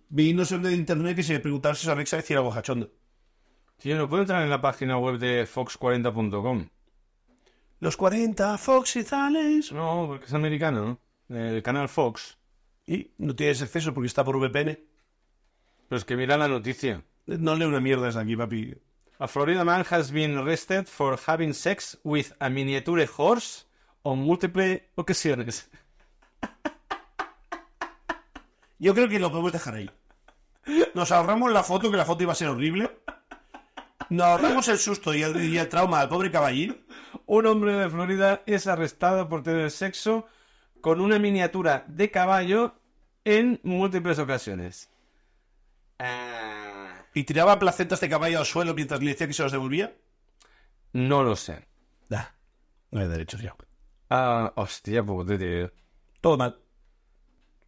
Vi no sé dónde de internet que se preguntaba si Alexa decía algo cachondo.
Sí, lo puedo entrar en la página web de fox40.com.
Los 40 foxizales.
No, porque es americano, ¿no? El canal Fox.
Y no tienes acceso porque está por VPN.
Pero es que mira la noticia.
No leo una mierda desde aquí, papi.
A Florida man has been arrested for having sex with a miniature horse on multiple ocasiones.
Yo creo que lo podemos dejar ahí. Nos ahorramos la foto, que la foto iba a ser horrible. Nos ahorramos el susto y el, y el trauma al pobre caballín.
Un hombre de Florida es arrestado por tener sexo con una miniatura de caballo en múltiples ocasiones.
¿Y tiraba placentas de caballo al suelo mientras le decía que se los devolvía?
No lo sé.
no hay derechos ya.
Ah, hostia puta, tío.
Todo mal.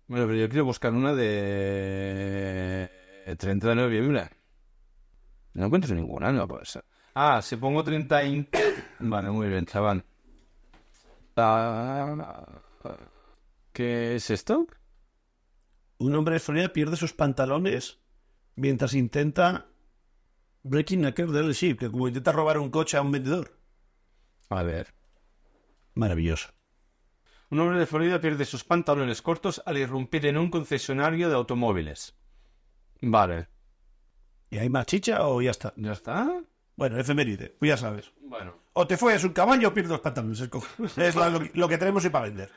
Bueno, pero yo quiero buscar una de... 30 de noviembre. No encuentro ninguna, no puede ser. Ah, si pongo 30 y... Vale, muy bien, chaval. Ah, ¿Qué es esto?
Un hombre de Florida pierde sus pantalones mientras intenta breaking a del ship, que como intenta robar un coche a un vendedor.
A ver.
Maravilloso.
Un hombre de Florida pierde sus pantalones cortos al irrumpir en un concesionario de automóviles. Vale.
¿Y hay más chicha o ya está?
¿Ya está?
Bueno, efeméride, pues ya sabes.
Bueno.
O te fue un caballo o pierdes los pantalones. escoge. Es la- lo, lo que tenemos hoy para vender.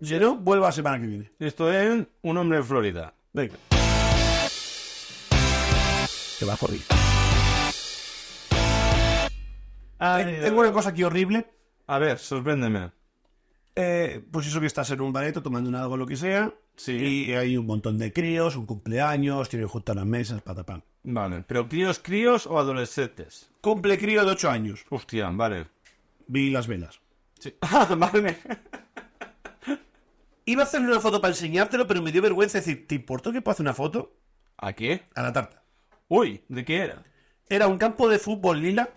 Si no, vuelva la semana que viene.
Esto es un hombre de Florida.
Venga. Te va a joder.
Ay,
Eh, Tengo una cosa aquí horrible.
A ver, sorpréndeme.
Eh, pues eso que estás en un bareto tomando un algo, lo que sea.
Sí.
Y hay un montón de críos, un cumpleaños, tienen juntas las mesas, patapam.
Vale, pero críos, críos o adolescentes.
Cumple crío de 8 años.
Hostia, vale.
Vi las velas.
Sí. Ah, vale.
Iba a hacerle una foto para enseñártelo, pero me dio vergüenza decir, ¿te importa que pueda hacer una foto?
¿A qué?
A la tarta.
Uy, ¿de qué era?
Era un campo de fútbol lila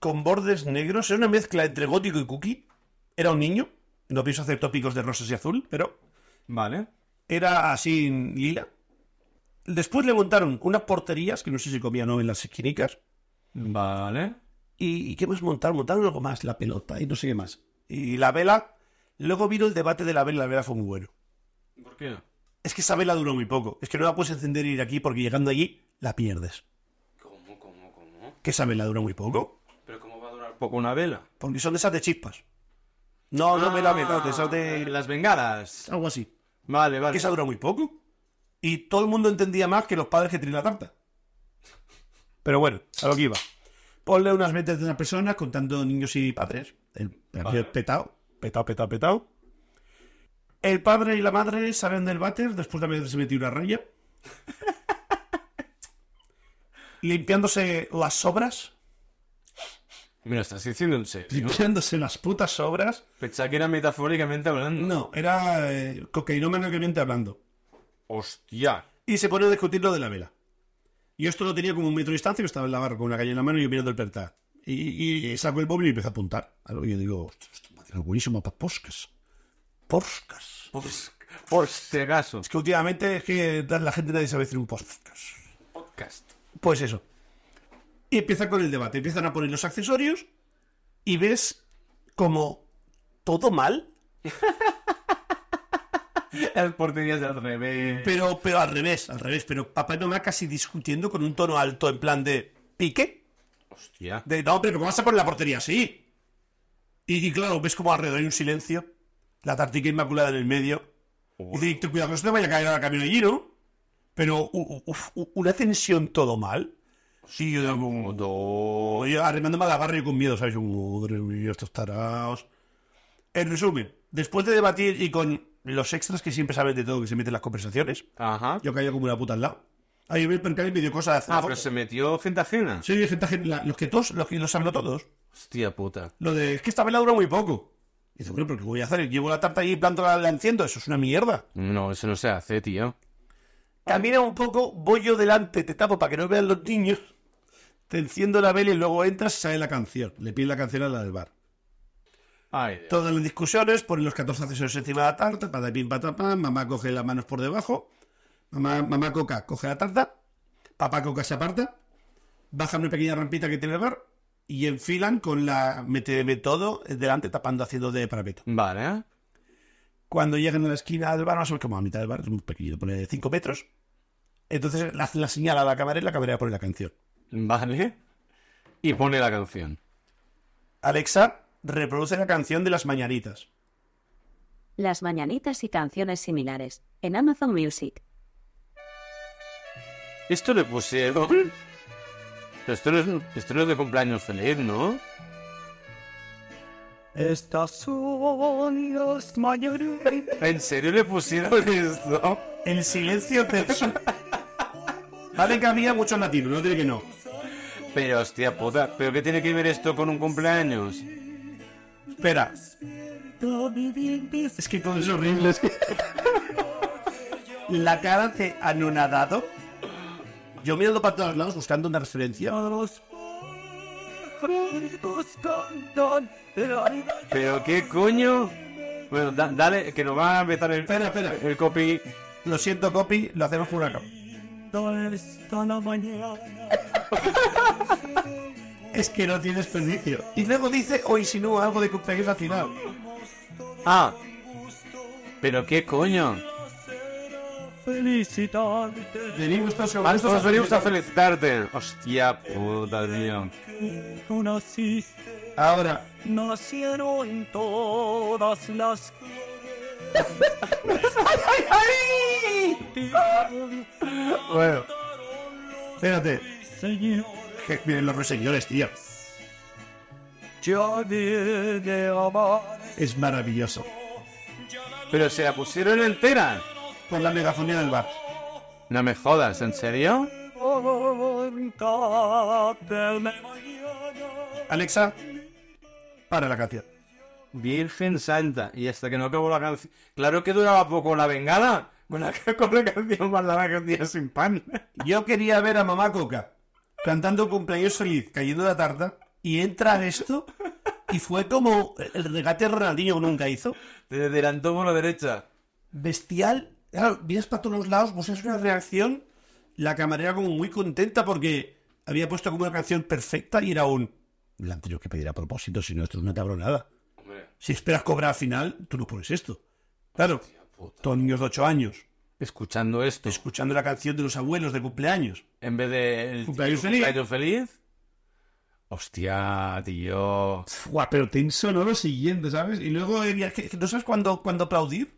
con bordes negros. Era una mezcla entre gótico y cookie. Era un niño. No pienso hacer tópicos de rosas y azul, pero
Vale.
era así lila. Después le montaron unas porterías, que no sé si comía o no en las esquinicas.
Vale.
¿Y qué más montaron? Montaron algo más, la pelota y no sé qué más. Y la vela. Luego vino el debate de la vela. La vela fue muy bueno.
¿Por qué?
Es que esa vela duró muy poco. Es que no la puedes encender y ir aquí porque llegando allí la pierdes.
¿Cómo, cómo, cómo?
Que esa vela duró muy poco.
¿Pero cómo va a durar poco una vela?
Porque son de esas de chispas. No, no vela, vela, de esas de...
Las bengalas.
Algo así.
Vale, vale.
Que esa duró muy poco. Y todo el mundo entendía más que los padres que tenían la tarta. Pero bueno, a lo que iba. Ponle unas 20 de una persona contando niños y padres. El
Vale.
petado, petao, petao, petao, petao. El padre y la madre salen del váter después de haberse metido una raya. limpiándose las sobras.
Mira, estás diciendo en serio.
Limpiándose las putas sobras.
Pensaba que era metafóricamente hablando.
No, era eh, cocainómano que viene hablando.
Hostia.
Y se pone a discutir lo de la vela. Yo esto lo tenía como un metro de distancia, yo estaba en la barra con una calle en la mano y yo mirando el perta. Y, y saco el móvil y empiezo a apuntar. Algo y yo digo, "Hostia, esto va a ser buenísimo para poscas. Poscas.
Por, por si acaso.
Es que últimamente es que la gente nadie sabe decir un podcast.
Podcast.
Pues eso. Y empieza con el debate. Empiezan a poner los accesorios y ves como todo mal,
Las porterías del revés.
pero, pero al revés, al revés. Pero Papá Noel casi discutiendo con un tono alto en plan de pique.
Hostia.
De, no, pero ¿cómo vas a poner la portería así? Y, y claro, ves como alrededor hay un silencio. La tartica inmaculada en el medio. Y dice, "Tú, cuidado que no se te vaya a caer ahora el camión allí, ¿no? Pero u- u- uf, u- una tensión todo mal. Sí, yo digo, "No". Yo arremándome a la barra y con miedo, ¿sabes? Yo, Madre mía, estos taraos. En resumen, después de debatir y con los extras que siempre saben de todo, que se meten en las conversaciones,
Ajá.
yo caía como una puta al lado. Ahí vi el percal y me dio cosas.
Ah, pero se metió gente ajena.
Sí, gente, gente, la- los que todos, los que los habló todos.
Hostia puta.
Lo de es que esta vela dura muy poco. Y dice, bueno, pero ¿qué voy a hacer? Llevo la tarta allí y planto la, la enciendo. Eso es una mierda.
No, eso no se hace, tío.
Camina un poco, voy yo delante, te tapo para que no vean los niños. Te enciendo la vela y luego entras y sale la canción. Le pide la canción a la del bar.
Ay, Dios.
Todas las discusiones, ponen los 14 accesorios encima de la tarta, patapim, patapam, mamá coge las manos por debajo, mamá, mamá coca coge la tarta, papá coca se aparta, baja una pequeña rampita que tiene el bar y enfilan con la meteme todo delante tapando haciendo de parapeto.
Vale.
cuando llegan a la esquina del bar, más o menos como a mitad del bar, es muy pequeño, pone 5 metros. Entonces la, la señala a la camarera y la camarera pone la canción.
Vale. Y pone la canción.
Alexa reproduce la canción de las mañanitas.
Las mañanitas y canciones similares. En Amazon Music.
Esto le pusieron. Pero Esto no, es, esto no es de cumpleaños feliz, ¿no?
Estas son las mañanitas.
¿En serio le pusieron esto?
El silencio te... vale que había muchos latinos, no diré que no.
Pero hostia puta, ¿pero qué tiene que ver esto con un cumpleaños?
Espera. Es que todo es horrible. es que- la cara de anonadado. Yo mirando para todos lados buscando una referencia.
¿Pero qué coño? Bueno, da- dale, que nos va a empezar el,
Espera, espera.
el copy.
Lo siento, copy, lo hacemos por acá. Es que no tiene desperdicio. Y luego dice o insinúa algo de cumpleaños al final.
Ah. ¿Pero qué coño?
Felicitarte.
Venimos todos
Vale, pues todos venimos a
hacer-
felicitarte. Hostia puta, tío.
Tú naciste,
Ahora,
nacieron todas las.
bueno. Espérate.
Señor.
Que miren los ruiseñores, tío.
Yo de amar.
Es maravilloso.
Pero se la pusieron entera.
Por la megafonía del bar.
No me jodas, ¿en serio?
Alexa, para la canción.
Virgen Santa. Y hasta que no acabó la canción. Claro que duraba poco la vengada. Con la, con la canción guardaba que día sin pan.
Yo quería ver a Mamá Coca cantando cumpleaños feliz, cayendo la tarta, y entra esto, y fue como el regate de Ronaldinho nunca hizo.
Te adelantó por la derecha.
Bestial. Claro, miras para todos los lados, vos es una reacción. La camarera como muy contenta porque había puesto como una canción perfecta y era un... La han tenido que pedir a propósito, si no, esto es una cabronada. Si esperas cobrar al final, tú no pones esto. Claro, todos niños de 8 años,
Escuchando esto.
escuchando la canción de los abuelos de cumpleaños.
En vez de... el
Cumpleaños
típico
feliz.
cumpleaños feliz. Hostia, tío.
Fua, pero tenso, ¿no? Lo siguiente, ¿sabes? Y luego eh, que- que no sabes cuándo, cuándo aplaudir.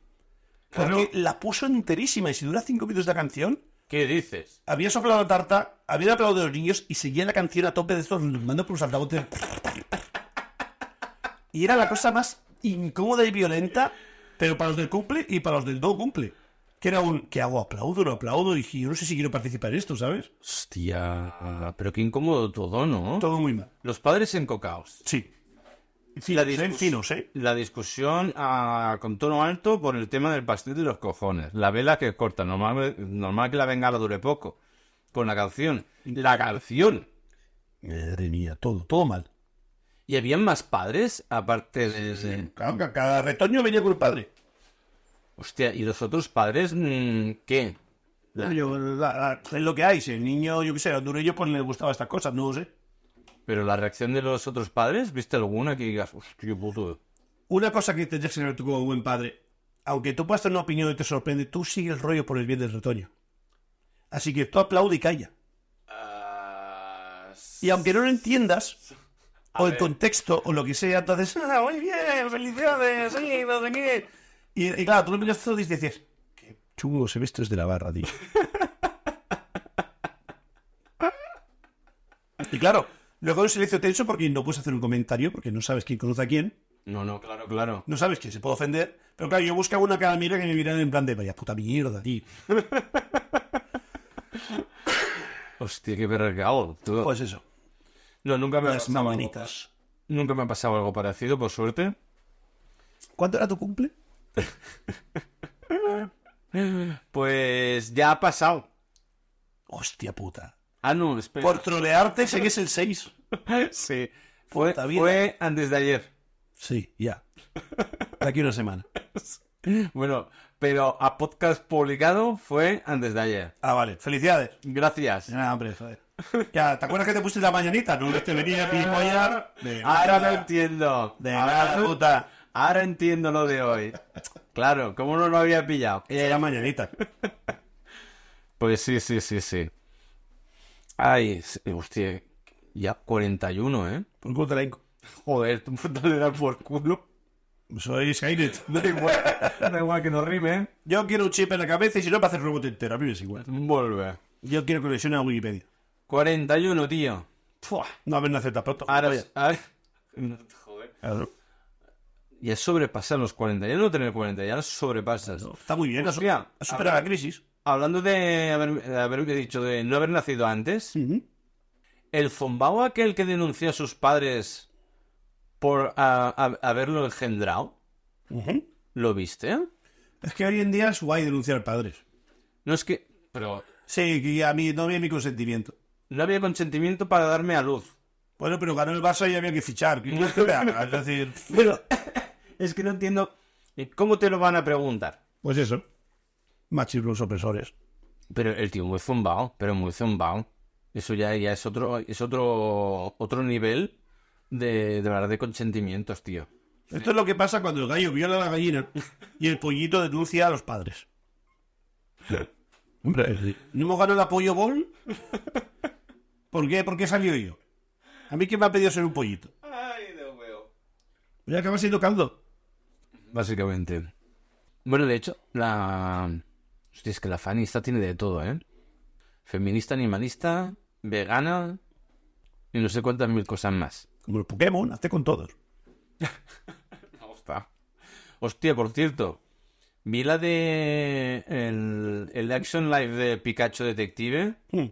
Porque la puso enterísima y si dura cinco minutos la canción,
¿Qué dices?
había soplado la tarta, había aplaudido a los niños y seguía la canción a tope de estos mando por los altavoces. Y era la cosa más incómoda y violenta, pero para los del cumple y para los del no cumple. Que era un, ¿qué hago? ¿Aplaudo? ¿No aplaudo? Y dije, yo no sé si quiero participar en esto, ¿sabes?
Hostia. Pero qué incómodo todo, ¿no?
Todo muy mal.
Los padres encocaos.
Sí.
La
Finos, ¿eh?
discus-
Finos, ¿eh?
La discusión ah, con tono alto por el tema del pastel de los cojones. La vela que corta. Normal, normal que la bengala dure poco. Con la canción. La canción.
Madre mía, todo, todo mal.
¿Y habían más padres? Aparte de... de-
Claro, ca- cada retoño venía con el padre.
Hostia, ¿y los otros padres? mm, ¿Qué?
Yo, la- la- es lo que hay. Si el niño, yo qué sé, hondureño, pues le gustaba estas cosas, no lo sé.
¿Pero la reacción de los otros padres? ¿Viste alguna que digas, hostia, puto?
Una cosa que tendrías que saber tú como buen padre, aunque tú puedas tener una opinión y te sorprende, tú sigue el rollo por el bien del retoño. Así que tú aplaude y calla. Y aunque no lo entiendas, o el contexto, o lo que sea, entonces, "Ah, muy bien, felicidades, sí, no sé qué". Y, y claro, tú lo miras todo y dices, qué chungo se ve esto es de la barra, tío. y claro, luego un silencio tenso porque no puedes hacer un comentario, porque no sabes quién conoce a quién.
No, no, claro, claro.
No sabes que se puede ofender. Pero claro, yo buscaba una calamira que me mirara en plan de vaya puta mierda, tío.
Hostia, qué perregado. tú.
Pues eso.
no, nunca me, ha
Las
pasado algo-
mamanitas.
nunca me ha pasado algo parecido, por suerte.
¿Cuánto era tu cumple?
Pues ya ha pasado.
Hostia puta.
Ah, no, espera.
Por trolearte sé que es el 6.
Sí. Fue,
Puta vida.
fue antes de ayer.
Sí, ya. De aquí una semana.
Bueno, pero a podcast publicado fue antes de ayer.
Ah, vale. Felicidades.
Gracias.
Nada, hombre, joder. Ya, ¿te acuerdas que te puse la mañanita? No te venía a pimollar. De
Ahora lo
nada.
entiendo.
De
ahora,
nada, puta.
ahora entiendo lo de hoy. Claro, ¿cómo no lo había pillado?
Ella era mañanita.
Pues sí, sí, sí, sí. Ay, sí, hostia, ya 41, ¿eh?
Por culo te la hinco.
Joder, tú puta le das por culo.
Soy Skynet.
Da igual que no rime, ¿eh?
Yo quiero un chip en la cabeza y si no, para hacer robot entero. A mí me es igual.
Vuelve.
Yo quiero conexión a Wikipedia.
41, tío.
No haber nacido tan pronto.
Ahora,
Vaya.
ahora- Ya sobrepasan los 40. Ya no tener 40, ya los sobrepasas.
Está muy bien. Ha, su-
Hostia.
ha superado la crisis.
Hablando de haber, de haber dicho de no haber nacido antes, el zombao aquel que denunció a sus padres por ah, hab- haberlo engendrado, ¿lo viste?
Es que hoy en día es guay denunciar padres.
No es que... Pero
Sí, que a mí no había mi consentimiento.
no había consentimiento para darme a luz.
Bueno, pero ganó el Barça y había que fichar. ¿Qué quieres que te haga? Es decir,
Pero es que no entiendo eh, cómo te lo van a preguntar.
pues eso. Machis los opresores.
Pero el tío muy zumbao, pero muy zumbao. Eso ya, ya es otro, es otro, otro nivel de, de hablar de consentimientos, tío.
Esto es lo que pasa cuando el gallo viola a la gallina y el pollito denuncia a los padres. Hombre, no hemos ganado el apoyo bol. ¿Por qué? ¿Por qué salió yo? A mí quién me ha pedido ser un pollito. Voy a acabar siendo caldo.
Básicamente. Bueno, de hecho, la. Hostia, es que la fanista tiene de todo, ¿eh? Feminista, animalista, vegana y no sé cuántas mil cosas más.
Como el Pokémon, hazte con todos.
Hostia. Hostia, por cierto. Vi la de. El, el Action Live de Pikachu Detective.
Hmm.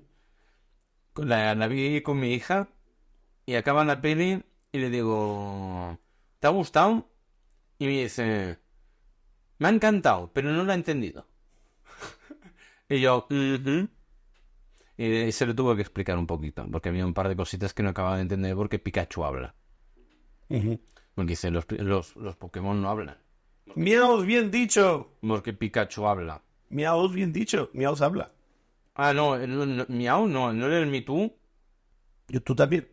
Con La, la vi con mi hija. Y acaban la peli. Y le digo. ¿Te ha gustado? Y me dice. Me ha encantado, pero no lo he entendido. y yo. "Ujú". Y se lo tuvo que explicar un poquito. Porque había un par de cositas que no acababa de entender porque Pikachu habla. Porque dice, los, los, los Pokémon no hablan.
Miaos, bien dicho.
Porque Pikachu habla.
Miaos, bien dicho. Miaos habla.
Ah, no, no, no, Miau no, no era el Mewtwo.
Yo, tú también.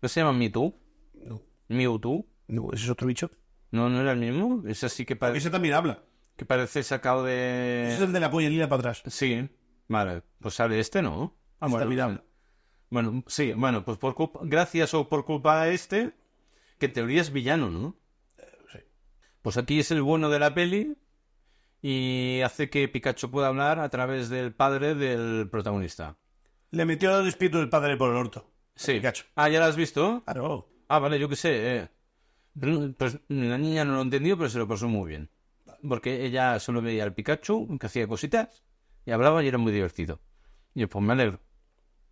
¿No se llama Mewtwo?
No.
Mewtwo.
No, ese es otro bicho.
No, no era el mismo. Ese sí que, pare-
Ese también habla.
que parece sacado
Ese es
de...
el de la polla lila para atrás.
Sí, vale. Pues sale este, ¿no? Ah,
Ese
bueno,
también habla.
Bueno, sí, bueno, pues por culpa, gracias o por culpa de este, que en teoría es villano, ¿no?
Eh, sí.
Pues aquí es el bueno de la peli y hace que Pikachu pueda hablar a través del padre del protagonista.
Le metió el espíritu del padre por el orto.
Sí.
Pikachu.
Ah, ¿ya la has visto?
Claro.
Ah, vale, yo qué sé. eh. Pero, Pues la niña no lo entendió, pero se lo pasó muy bien. Porque ella solo veía al Pikachu, que hacía cositas, y hablaba y era muy divertido. Y yo, pues me alegro.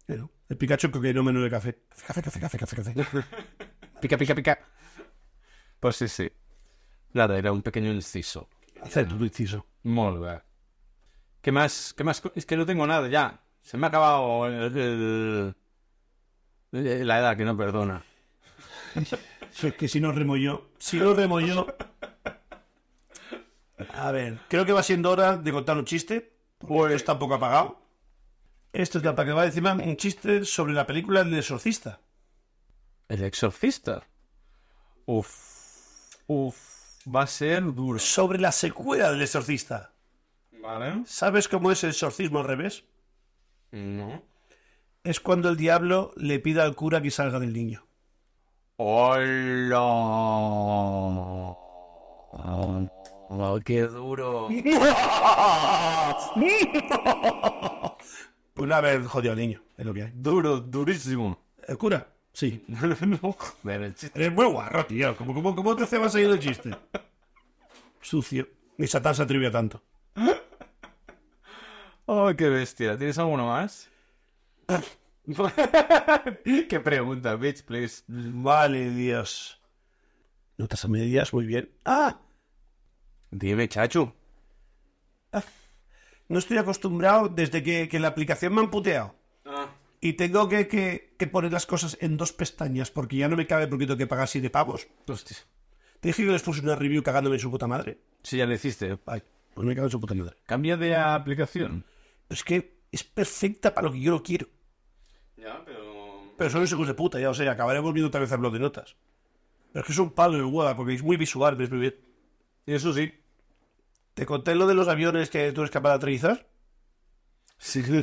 Pero El Pikachu con que no menú de café. Café, café, café, café, café.
Pica, pica, pica. Pues sí, sí. Nada, era un pequeño inciso.
Hacer tu inciso.
Molt bé. ¿Qué más? ¿Qué más? co- Es que no tengo nada ya. Se me ha acabado el- el- el- la edad que no perdona.
Si es que si no remo yo. Si no remo yo. A ver, creo que va siendo hora de contar un chiste. Pues está un poco apagado. Esto es para que va encima un chiste sobre la película El Exorcista.
El exorcista. Uf. Uf. Va a ser duro.
Sobre la secuela del Exorcista.
Vale.
¿Sabes cómo es el exorcismo al revés?
No.
Es cuando el diablo le pide al cura que salga del niño.
¡Hola! Oh, ¡Qué duro!
Pues una vez jodido al niño, es lo que hay.
Duro, durísimo.
¿El cura? Sí.
no. Ver, el chiste.
Eres muy guarro, tío. ¿Cómo, cómo, cómo te hace más ahí el chiste? Sucio. Ni Satán se atrevía tanto.
Oh, qué bestia. ¿Tienes alguno más? qué pregunta, bitch, please.
Vale, Dios. Notas a medias, muy bien. ¡Ah!
Dime, chacho.
No estoy acostumbrado desde que, que la aplicación me han puteado. Y tengo que, que- que poner las cosas en dos pestañas porque ya no me cabe porque tengo que pagar siete pavos.
Hostia.
Te dije que les puse una review cagándome en su puta madre.
Si ya lo hiciste.
Ay, pues me cago en su puta madre.
Cambia de aplicación.
Es que es perfecta para lo que yo lo quiero.
Ya, pero...
Pero son los hijos de puta, ya o sea, acabaré volviendo otra vez a blog de notas. Pero es que es un palo de hueá, porque es muy visual, ves muy bien.
Eso sí.
¿Te conté lo de los aviones que tú eres capaz de aterrizar?
Sí, Ah.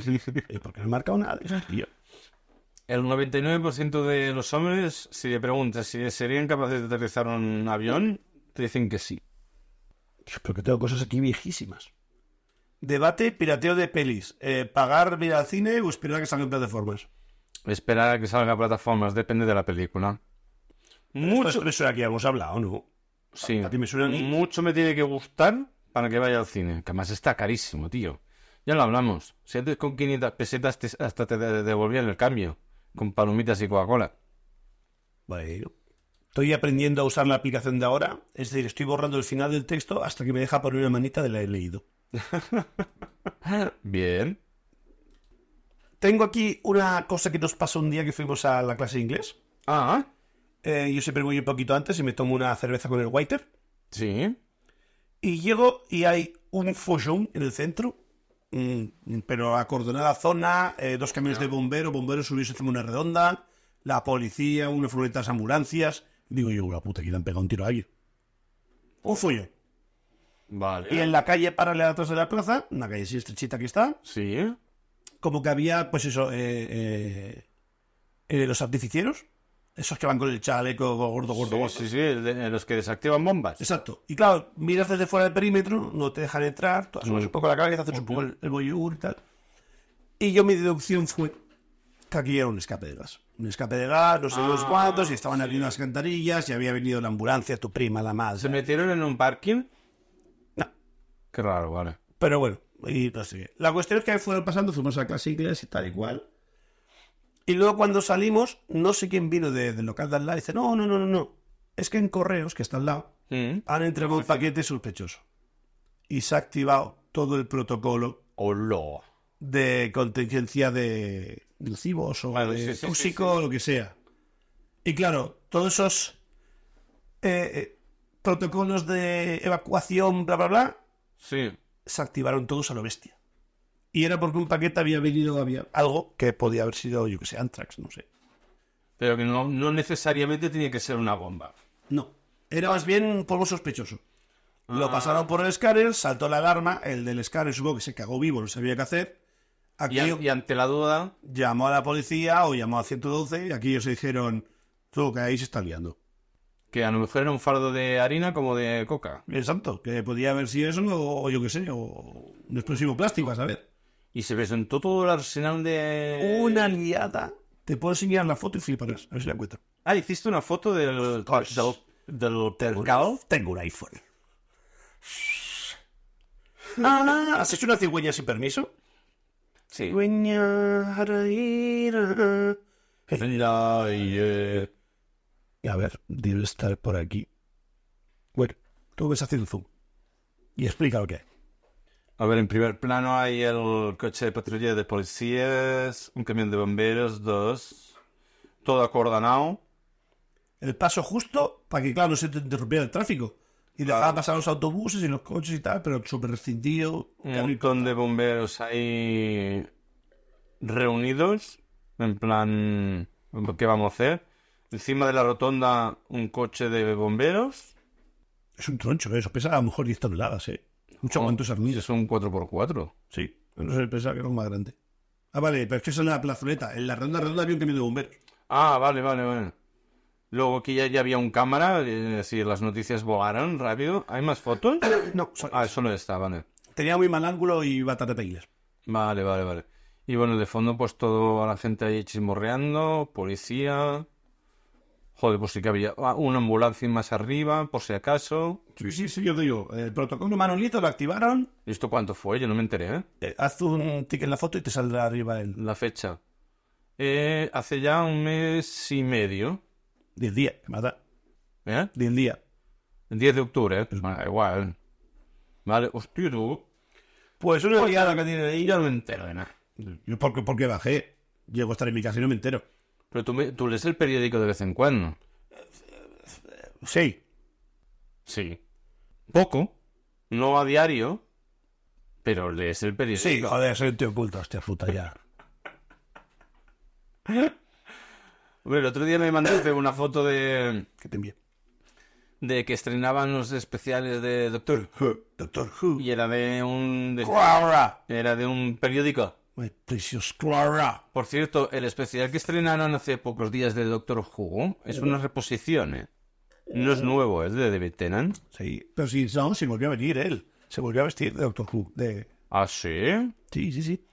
Eh, Porque no he marcado nada, de eso, tío.
El 99% de los hombres, si le preguntas si serían capaces de aterrizar un avión, te dicen que sí.
Tío, Pero que tengo cosas aquí viejísimas. Debate, pirateo de pelis. Eh, ¿Pagar, ir al cine o esperar a que salgan en plataformas?
Esperar a que salga a plataformas, depende de la película.
Mucho. Esto me suena que ya hemos hablado, ¿no?
Sí.
a ti me suena ni-
Mucho me tiene que gustar para que vaya al cine. Que además está carísimo, tío. Ya lo hablamos. Si antes con 500 pesetas te- hasta te de- devolvían el cambio. Con palomitas y Coca-Cola.
Bueno. Estoy aprendiendo a usar la aplicación de ahora. Es decir, estoy borrando el final del texto hasta que me deja poner una manita de la he leído.
Bien.
Tengo aquí una cosa que nos pasó un día que fuimos a la clase de inglés.
Ah,
Eh, yo siempre voy un poquito antes y me tomo una cerveza con el waiter.
sí.
Y llego y hay un follón en el centro, mm, pero acordonada zona, eh, dos camiones de bomberos, bomberos subidos encima de una redonda, la policía, una furgoneta de ambulancias. Digo yo, la puta, que le han pegado un tiro a alguien. Un follón.
Vale.
Y en la calle paralela atrás de la plaza, una calle así estrechita que está,
Sí.
como que había, pues eso, eh, eh, eh, los artificieros, esos que van con el chaleco gordo, gordo, gordo.
Sí, sí, sí, el de- los que desactivan bombas.
Exacto. Y claro, miras desde fuera del perímetro, no te dejan entrar,
Mm.
tú asomas un poco la cabeza, haces un poco el, el boyur y tal. Y yo mi deducción fue, que aquí era un escape de gas. Un escape de gas,
Ah,
no sé los cuantos, y estaban aquí unas cantarillas, y había venido la ambulancia, tu prima, la
¿Se
madre.
metieron en un parking?
No.
Qué raro, vale.
Pero bueno, y no sé. La cuestión es que fueron pasando, fuimos a clase inglés y tal y cual. Y luego cuando salimos, no sé quién vino de- del local de al lado y dice, no, no, no, no, no. Es que en correos, que está al lado,
Mm.
han entregado un paquete sospechoso. Y se ha activado todo el protocolo
Hola.
de contingencia de nocivos o
Vale,
de
sí, sí, sí,
tóxico o lo que sea. Y claro, todos esos eh, eh, protocolos de evacuación, bla, bla, bla,
Sí.
se activaron todos a lo bestia. Y era porque un paquete había venido, había algo que podía haber sido, yo que sé, Antrax, no sé.
Pero que no, no necesariamente tiene que ser una bomba.
No, Ah. era más bien polvo sospechoso. Lo pasaron por el escáner, saltó la alarma, el del escáner supongo que se cagó vivo, no sabía qué hacer.
Y,
Aquello-
an- y ante la duda,
llamó a la policía o llamó a 112 y aquí ellos se dijeron, tú, que ahí se está liando.
que a lo mejor era un fardo de harina como de coca.
Exacto, que podía haber sido eso o, o yo qué sé, o un explosivo plástico, a saber.
Y se presentó todo el arsenal de...
Una liada. Te puedo enseñar la foto y fliparás, a ver si la encuentro.
Ah, hiciste una foto del...
course.
Del, del
Tengo-
percal.
Pues Tengo un iPhone. Ah, ¿Has hecho una cigüeña sin permiso?
Sí.
Cigüeña, ara, ira. Mira, y, eh, y a ver, debe estar por aquí. Bueno, tú ves haciendo zoom. Y explica lo que hay.
A ver, en primer plano hay el coche de patrulla de policías, un camión de bomberos, dos. Todo acordonado.
El paso justo para que, claro, no se te interrumpiera el tráfico. Y dejaba pasar los autobuses y los coches y tal, pero súper rescindido.
Un montón de bomberos ahí reunidos. En plan, ¿qué vamos a hacer? Encima de la rotonda, un coche de bomberos.
Es un troncho, ¿eh? eso pesa a lo mejor 10 toneladas, ¿eh?
Mm.
Mucho aguanto esas
Y Es un 4x4.
Sí, no sé, pensaba que era un más grande. Ah, vale, pero es que eso en la plazoleta. En la ronda redonda había un camión de bomberos.
Ah, vale, vale, vale. Luego aquí ya, ya había un cámara, eh, si las noticias volaron rápido. ¿Hay más fotos?
No, sorry.
Ah, solo esta, vale.
tenía muy mal ángulo y bastante peiles.
Vale, vale, vale. Y bueno, de fondo, pues todo a la gente ahí chismorreando, policía. Joder, pues sí que había ah, una ambulancia más arriba, por si acaso.
Sí, sí, sí, yo te digo. El protocolo Manolito lo activaron.
¿Y esto cuánto fue? Yo no me enteré, ¿eh?
Eh, haz un tick en la foto y te saldrá arriba el
La fecha. Eh, hace ya un mes y medio,
del día. que mata.
¿eh?
Del día.
El 10 de octubre, ¿eh? Pues bueno, igual. Vale, hostia, tú.
Pues una liada que tiene
Y
ahí.
yo no me entero de nada.
Yo porque, porque bajé. Llego a estar en mi casa y no me entero.
Pero tú, me- tú lees el periódico de vez en cuando.
Sí.
Sí. Poco. No a diario. Pero lees el periódico.
Sí, joder, soy un tío oculto, hostia puta ya.
Hombre, el otro día me mandaste una foto de,
Que te envíe.
de que estrenaban los especiales de Doctor Who.
Doctor Who.
Y era de un de-
Clara.
era de un periódico.
My precious Clara.
Por cierto, el especial que estrenaron hace pocos días de Doctor Who es una reposición, ¿eh? No es nuevo, es de David Tennant.
Sí, pero si no, si volvió a venir él. Se volvió a vestir de Doctor Who. De...
¿Ah, sí?
Sí, sí, sí.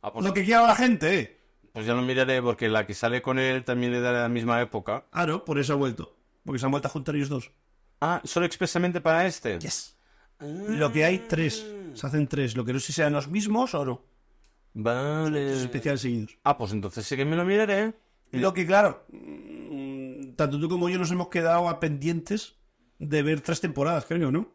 Ah, pues,
Lo que quiera la gente, ¿eh?
pues ya lo miraré porque la que sale con él también es de la misma época.
Ah, no, por eso ha vuelto. Porque se han vuelto a juntar ellos dos.
Ah, solo expresamente para este.
Yes. Lo que hay, tres. Se hacen tres. Lo que no sé si sean los mismos o no. Tres
Vale.
especiales seguidos.
Ah, pues entonces sí que me lo miraré.
Lo que, claro, mm, tanto tú como yo nos hemos quedado a pendientes de ver tres temporadas, creo, ¿no?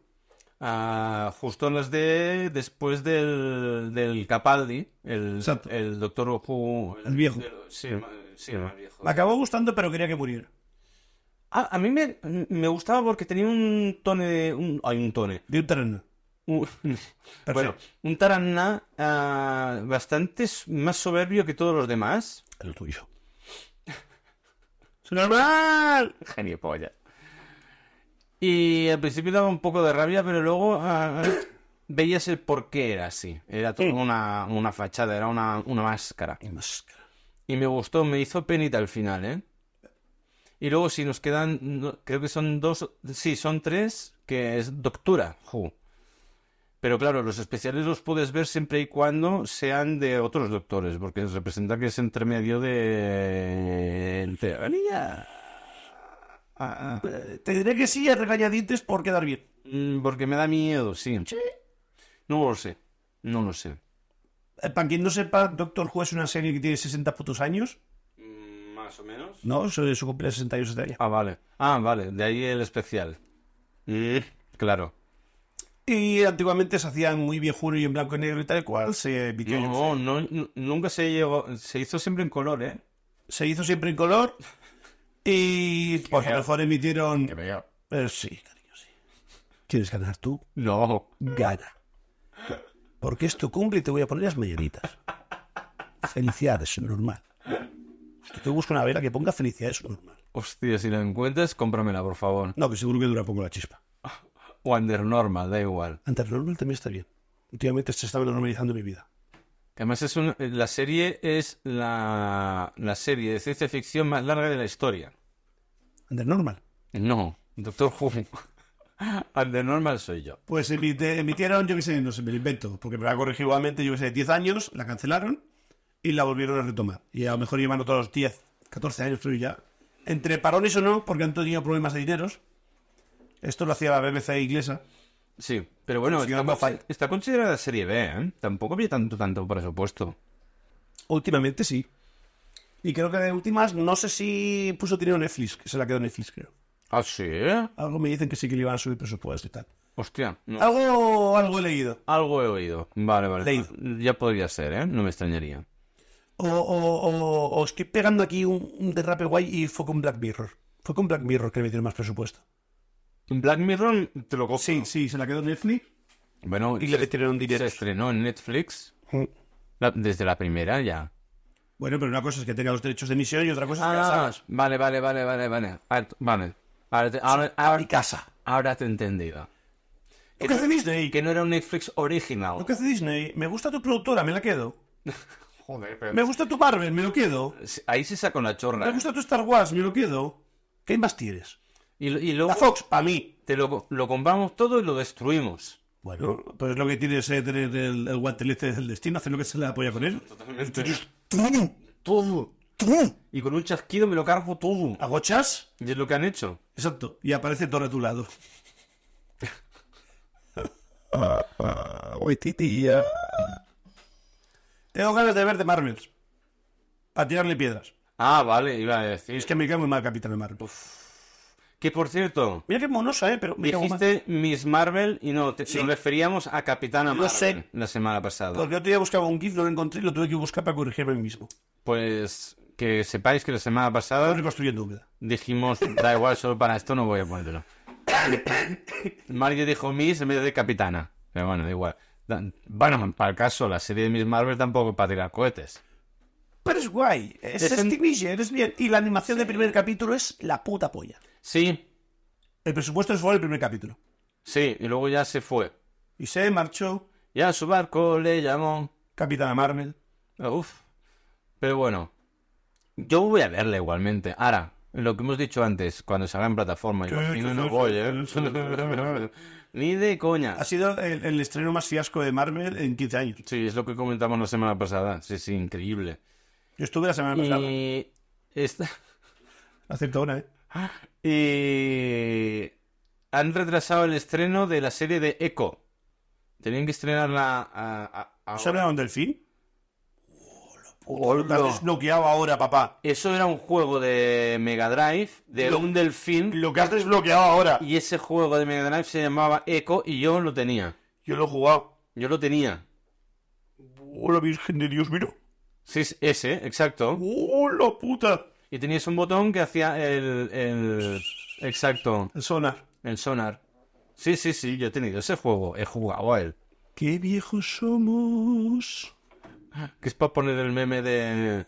Ah, justo en las de después del, del Capaldi, el,
Exacto.
el doctor Who,
El viejo.
el- Mm. sí, el ma- sí, el más viejo.
Me acabó gustando, pero quería que muriera.
Ah, a mí me, me gustaba porque tenía un tono de un hay un tone,
De un terreno.
un, bueno, un taraná ah, bastante s- más soberbio que todos los demás.
El tuyo. ¡Es normal!
Genio polla. Y al principio daba un poco de rabia, pero luego ah, veías el por qué era así. Era toda una, una fachada, era una, una máscara. Y me gustó, me hizo penita al final, ¿eh? Y luego si nos quedan, no, creo que son dos, sí, son tres, que es Doctora Who. Pero claro, los especiales los puedes ver siempre y cuando sean de otros doctores, porque representa que es entre medio de... el teoría. Ah, ah.
Te diré que sí a regañadientes por quedar bien.
Mm, Porque me da miedo, sí. No lo sé. No lo sé.
Eh, Para quien no sepa, Doctor Who es una serie que tiene 60 putos años.
Mm, Más o menos.
No, eso, eso cumple 61 este año.
Ah, vale. Ah, vale. De ahí el especial. Mm, Claro.
Y antiguamente se hacían muy viejuro y en blanco y negro y tal cual. Se emitió, yo no
No, no, n- nunca se llegó. Se hizo siempre en color, ¿eh?
sé. Se hizo siempre en color. Y pues a lo mejor emitieron. Eh, sí, cariño, sí. ¿Quieres ganar tú?
No.
Gana. Porque es tu cumple y te voy a poner las mañanitas. Felicidades, normal. Hostia, Te busco una vela que ponga felicidades, normal.
Hostia, si la encuentras, cómpramela, por favor.
No, que seguro que dura poco la chispa.
O Under Normal, da igual.
Antes normal también está bien. Últimamente se está normalizando mi vida.
Que Además, es un- la serie es la, la serie de ciencia ficción más larga de la historia.
Antes normal.
No, Doctor Who. Under Normal soy yo.
Pues emite- emitieron, yo qué sé, no sé, me lo invento, porque me la corregí igualmente, yo qué sé, 10 años, la cancelaron y la volvieron a retomar. Y a lo mejor llevan otros 10, 14 años, creo ya. Entre parones o no, porque han tenido problemas de dineros. Esto lo hacía la BBC inglesa.
Sí, pero bueno,
Sí,
está,
ambas
consi- está considerada serie B, ¿eh? Tampoco había tanto, tanto presupuesto.
Últimamente sí. Y creo que de últimas, no sé si puso dinero Netflix, que se la quedó Netflix, creo.
¿Ah, sí?
Algo me dicen que sí que le iban a subir presupuesto y tal.
Hostia. no.
Algo, algo he leído.
Algo he oído. Vale, vale.
Leído.
Ya podría ser, ¿eh? No me extrañaría.
O, o- o- o estoy pegando aquí un, un derrape guay y fue con Black Mirror. Fue con Black Mirror que le metieron más presupuesto.
Black Mirror te lo cojo.
Sí, sí, se la quedó Netflix.
Bueno,
Y le
se-
metieron
se
dinero.
estrenó en Netflix la- desde la primera ya.
Bueno, pero una cosa es que tenga los derechos de emisión y otra cosa es que la
Ah,
sagas.
vale, vale, vale, vale, vale. Ah, t- Vale. Ahora te, ahora, ahora-
Mi casa.
ahora te he entendido.
Lo que hace Disney.
Que no era un Netflix original.
Lo que hace Disney. Me gusta tu productora, me la quedo.
Joder, pero...
Me gusta tu Marvel, me lo quedo.
Ahí se sacó la chorra.
Me gusta tu Star Wars, me lo quedo. ¿Qué más tienes?
Y, lo- y luego
La Fox, para mí.
te lo, lo compramos todo y lo destruimos.
Bueno, pues es lo que tienes eh, tener el, el guantelete del destino, hacer lo que se le apoya con él.
Todo. Y con un chasquido me lo cargo todo.
Agochas.
Y es lo que han hecho.
Exacto. Y aparece Dora a tu lado. Tengo ganas de ver de Marvels. Para tirarle piedras.
Ah, vale, iba a decir.
Es que me cae muy mal Capitán de Marvel.
Que por cierto,
Mira qué monosa, ¿eh? Pero me cago mal.
dijiste Miss Marvel y no, te, nos referíamos a Capitana
Lo
Marvel
sé. Pues
la semana pasada.
Porque otro día buscaba un GIF, no lo encontré y lo tuve que buscar para corregirme a mí mismo.
Pues que sepáis que la semana
Estaba
pasada
reconstruyendo húmeda.
dijimos, da igual, solo para esto no voy a ponértelo. Mario dijo Miss en vez de Capitana. Pero bueno, da igual. Da- Bueno, para el caso, la serie de Miss Marvel tampoco es para tirar cohetes.
Pero es guay. Es,
Es en-
Steve Miller, es bien. Y la animación del primer capítulo es la puta polla.
Sí,
El presupuesto es fuera del primer capítulo.
sí, y luego ya se fue.
Y se marchó
Y a su barco le llamó.
Capitana Marvel.
Ah, Uf. Pero bueno, yo voy a verla igualmente. Ahora, lo que hemos dicho antes, cuando salga en plataforma, yo
Sí,
al final
sí,
no
sí,
voy,
sí,
¿eh? Ni de coña.
Ha sido el, el estreno más fiasco de Marvel en 15 años.
Sí, es lo que comentamos la semana pasada. Sí, sí, increíble.
Yo estuve la semana pasada.
Y... Esta...
Acepto una, ¿eh?
y... Han retrasado el estreno de la serie de Echo. Tenían que estrenarla a... a- a-
¿Se habla de un delfín? Lo has
Hola.
desbloqueado ahora, papá.
Eso era un juego de Mega Drive, de
Lo-
un delfín.
Lo que has desbloqueado ahora.
Y ese juego de Mega Drive se llamaba Echo y yo lo tenía.
Yo lo he jugado.
Yo lo tenía.
¡Hola, Virgen de Dios, mira!
Sí, es ese, exacto.
¡Hola, puta!
Y tenías un botón que hacía el, el... Exacto,
El sonar.
el sonar. Sí, sí, sí, yo he tenido ese juego. He jugado a él.
¡Qué viejos somos!
Que es para poner el meme de...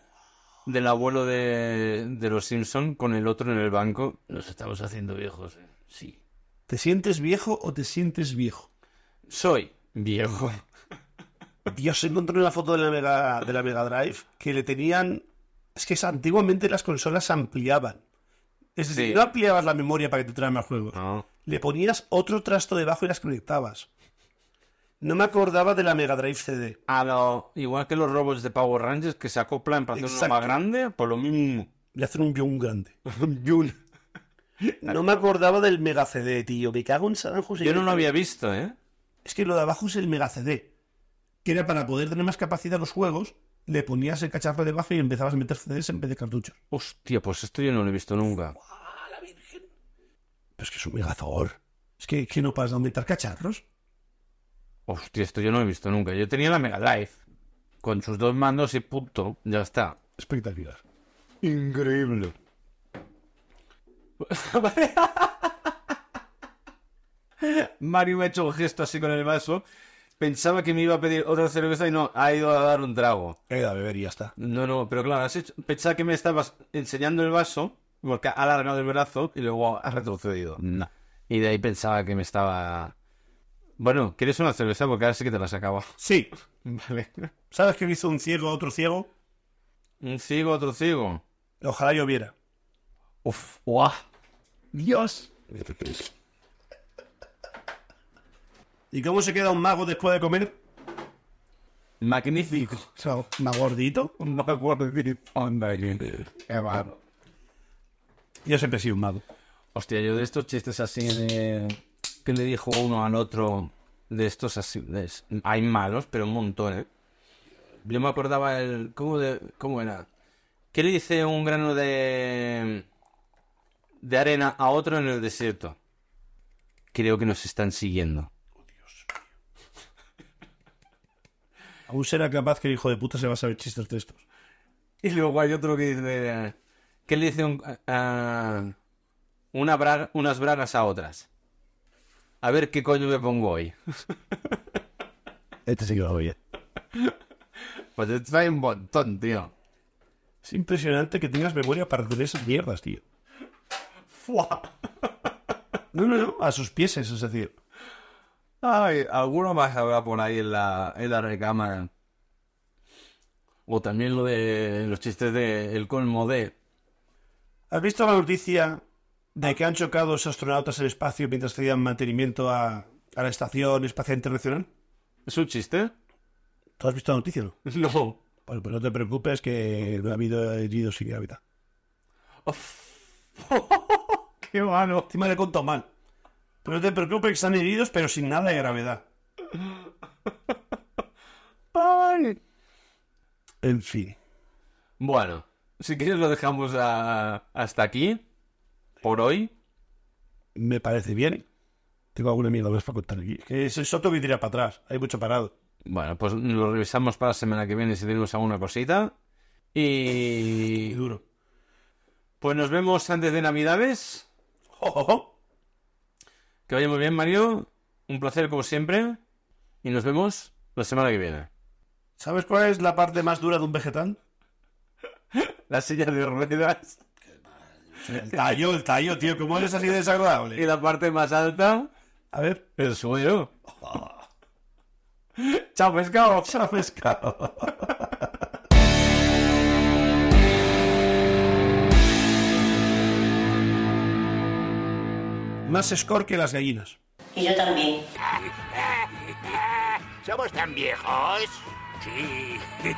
Del abuelo de, de los Simpson con el otro en el banco. Nos estamos haciendo viejos. eh. Sí.
¿Te sientes viejo o te sientes viejo?
Soy viejo.
Dios, encontré una foto de la Mega, de la Mega Drive que le tenían... Es que esa- antiguamente las consolas ampliaban. Es decir,
Sí.
no ampliabas la memoria para que te traen más juegos.
No.
Le ponías otro trasto debajo y las conectabas. No me acordaba de la Mega Drive CD.
A lo- igual que los robots de Power Rangers que se acoplan para hacer uno
Exacto.
más grande, por lo mismo.
Le hacen un yun grande. No me acordaba del Mega CD, tío. Me cago en San José.
Yo no lo había visto, ¿eh?
Es que lo de abajo es el Mega CD. Que era para poder tener más capacidad los juegos, le ponías el cacharro debajo y empezabas a meter CDs en vez de cartuchos.
Hostia, pues esto yo no lo he visto nunca.
Pero es que es un megazor. Es que, que no paras de meter cacharros.
Hostia, esto yo no lo he visto nunca. Yo tenía la Mega Drive. Con sus dos mandos y punto. Ya está.
Espectacular. Increíble.
Mario me ha hecho un gesto así con el vaso. Pensaba que me iba a pedir otra cerveza y no, ha ido a dar un trago.
He ido a beber y ya está.
No, no, pero claro, has hecho- pensaba que me estabas enseñando el vaso, porque ha alargado el brazo y luego ha retrocedido. No. Y de ahí pensaba que me estaba... Bueno, ¿quieres una cerveza? Porque ahora sí que te la sacaba.
Sí.
Vale.
¿Sabes que hizo un ciego a otro ciego?
Un ciego, otro ciego.
Ojalá lloviera.
Uf, guau.
Dios. ¿Y cómo se queda un mago después de comer?
Magnífico.
O sea, más gordito.
No me acuerdo de Qué barro.
Yo siempre he sido un mago.
Hostia, yo de estos chistes así de... que le dijo uno al otro? De estos así... de- Hay malos, pero un montón, ¿eh? Yo me acordaba el... ¿Cómo, de... ¿Cómo era? ¿Qué le dice un grano de... de arena a otro en el desierto? Creo que nos están siguiendo.
Aún será capaz que el hijo de puta se va a saber chistes de estos.
Y luego hay otro que dice... ¿Qué le dice un- a- una bra- unas bragas a otras? A ver qué coño me pongo hoy.
Este sí que lo oye.
Pues te trae un montón, tío.
Es impresionante que tengas memoria para hacer esas mierdas, tío. No, no, no. A sus pies, es decir.
Ay, alguno más habrá por ahí en la, en la recámara. O también lo de los chistes de el colmo de.
¿Has visto la noticia de que han chocado los astronautas en el espacio mientras hacían mantenimiento a, a la Estación Espacial Internacional?
¿Es un chiste?
¿Tú has visto la noticia, no?
No.
Bueno, pues no te preocupes que no ha habido heridos sin gravedad.
Qué malo.
Encima le he contado mal. Pero no te preocupes que están heridos, pero sin nada de gravedad. En fin.
Bueno, si quieres lo dejamos a- hasta aquí. Por hoy.
Me parece bien. Tengo alguna mierda más para contar aquí. Que es el soto que tira para atrás. Hay mucho parado.
Bueno, pues lo revisamos para la semana que viene si tenemos alguna cosita.
Y
Y.
duro.
Pues nos vemos antes de Navidades.
¡Jo, jo, jo!
Que vaya muy bien, Mario. Un placer como siempre. Y nos vemos la semana que viene.
¿Sabes cuál es la parte más dura de un vegetal?
La silla de ruedas.
El tallo, el tallo, tío. ¿Cómo eres así de desagradable?
Y la parte más alta,
Eh, A ver.
el suelo. Chao, pescado. Chao, pescado.
Más score que las gallinas.
Y yo también.
¿Somos tan viejos? Sí.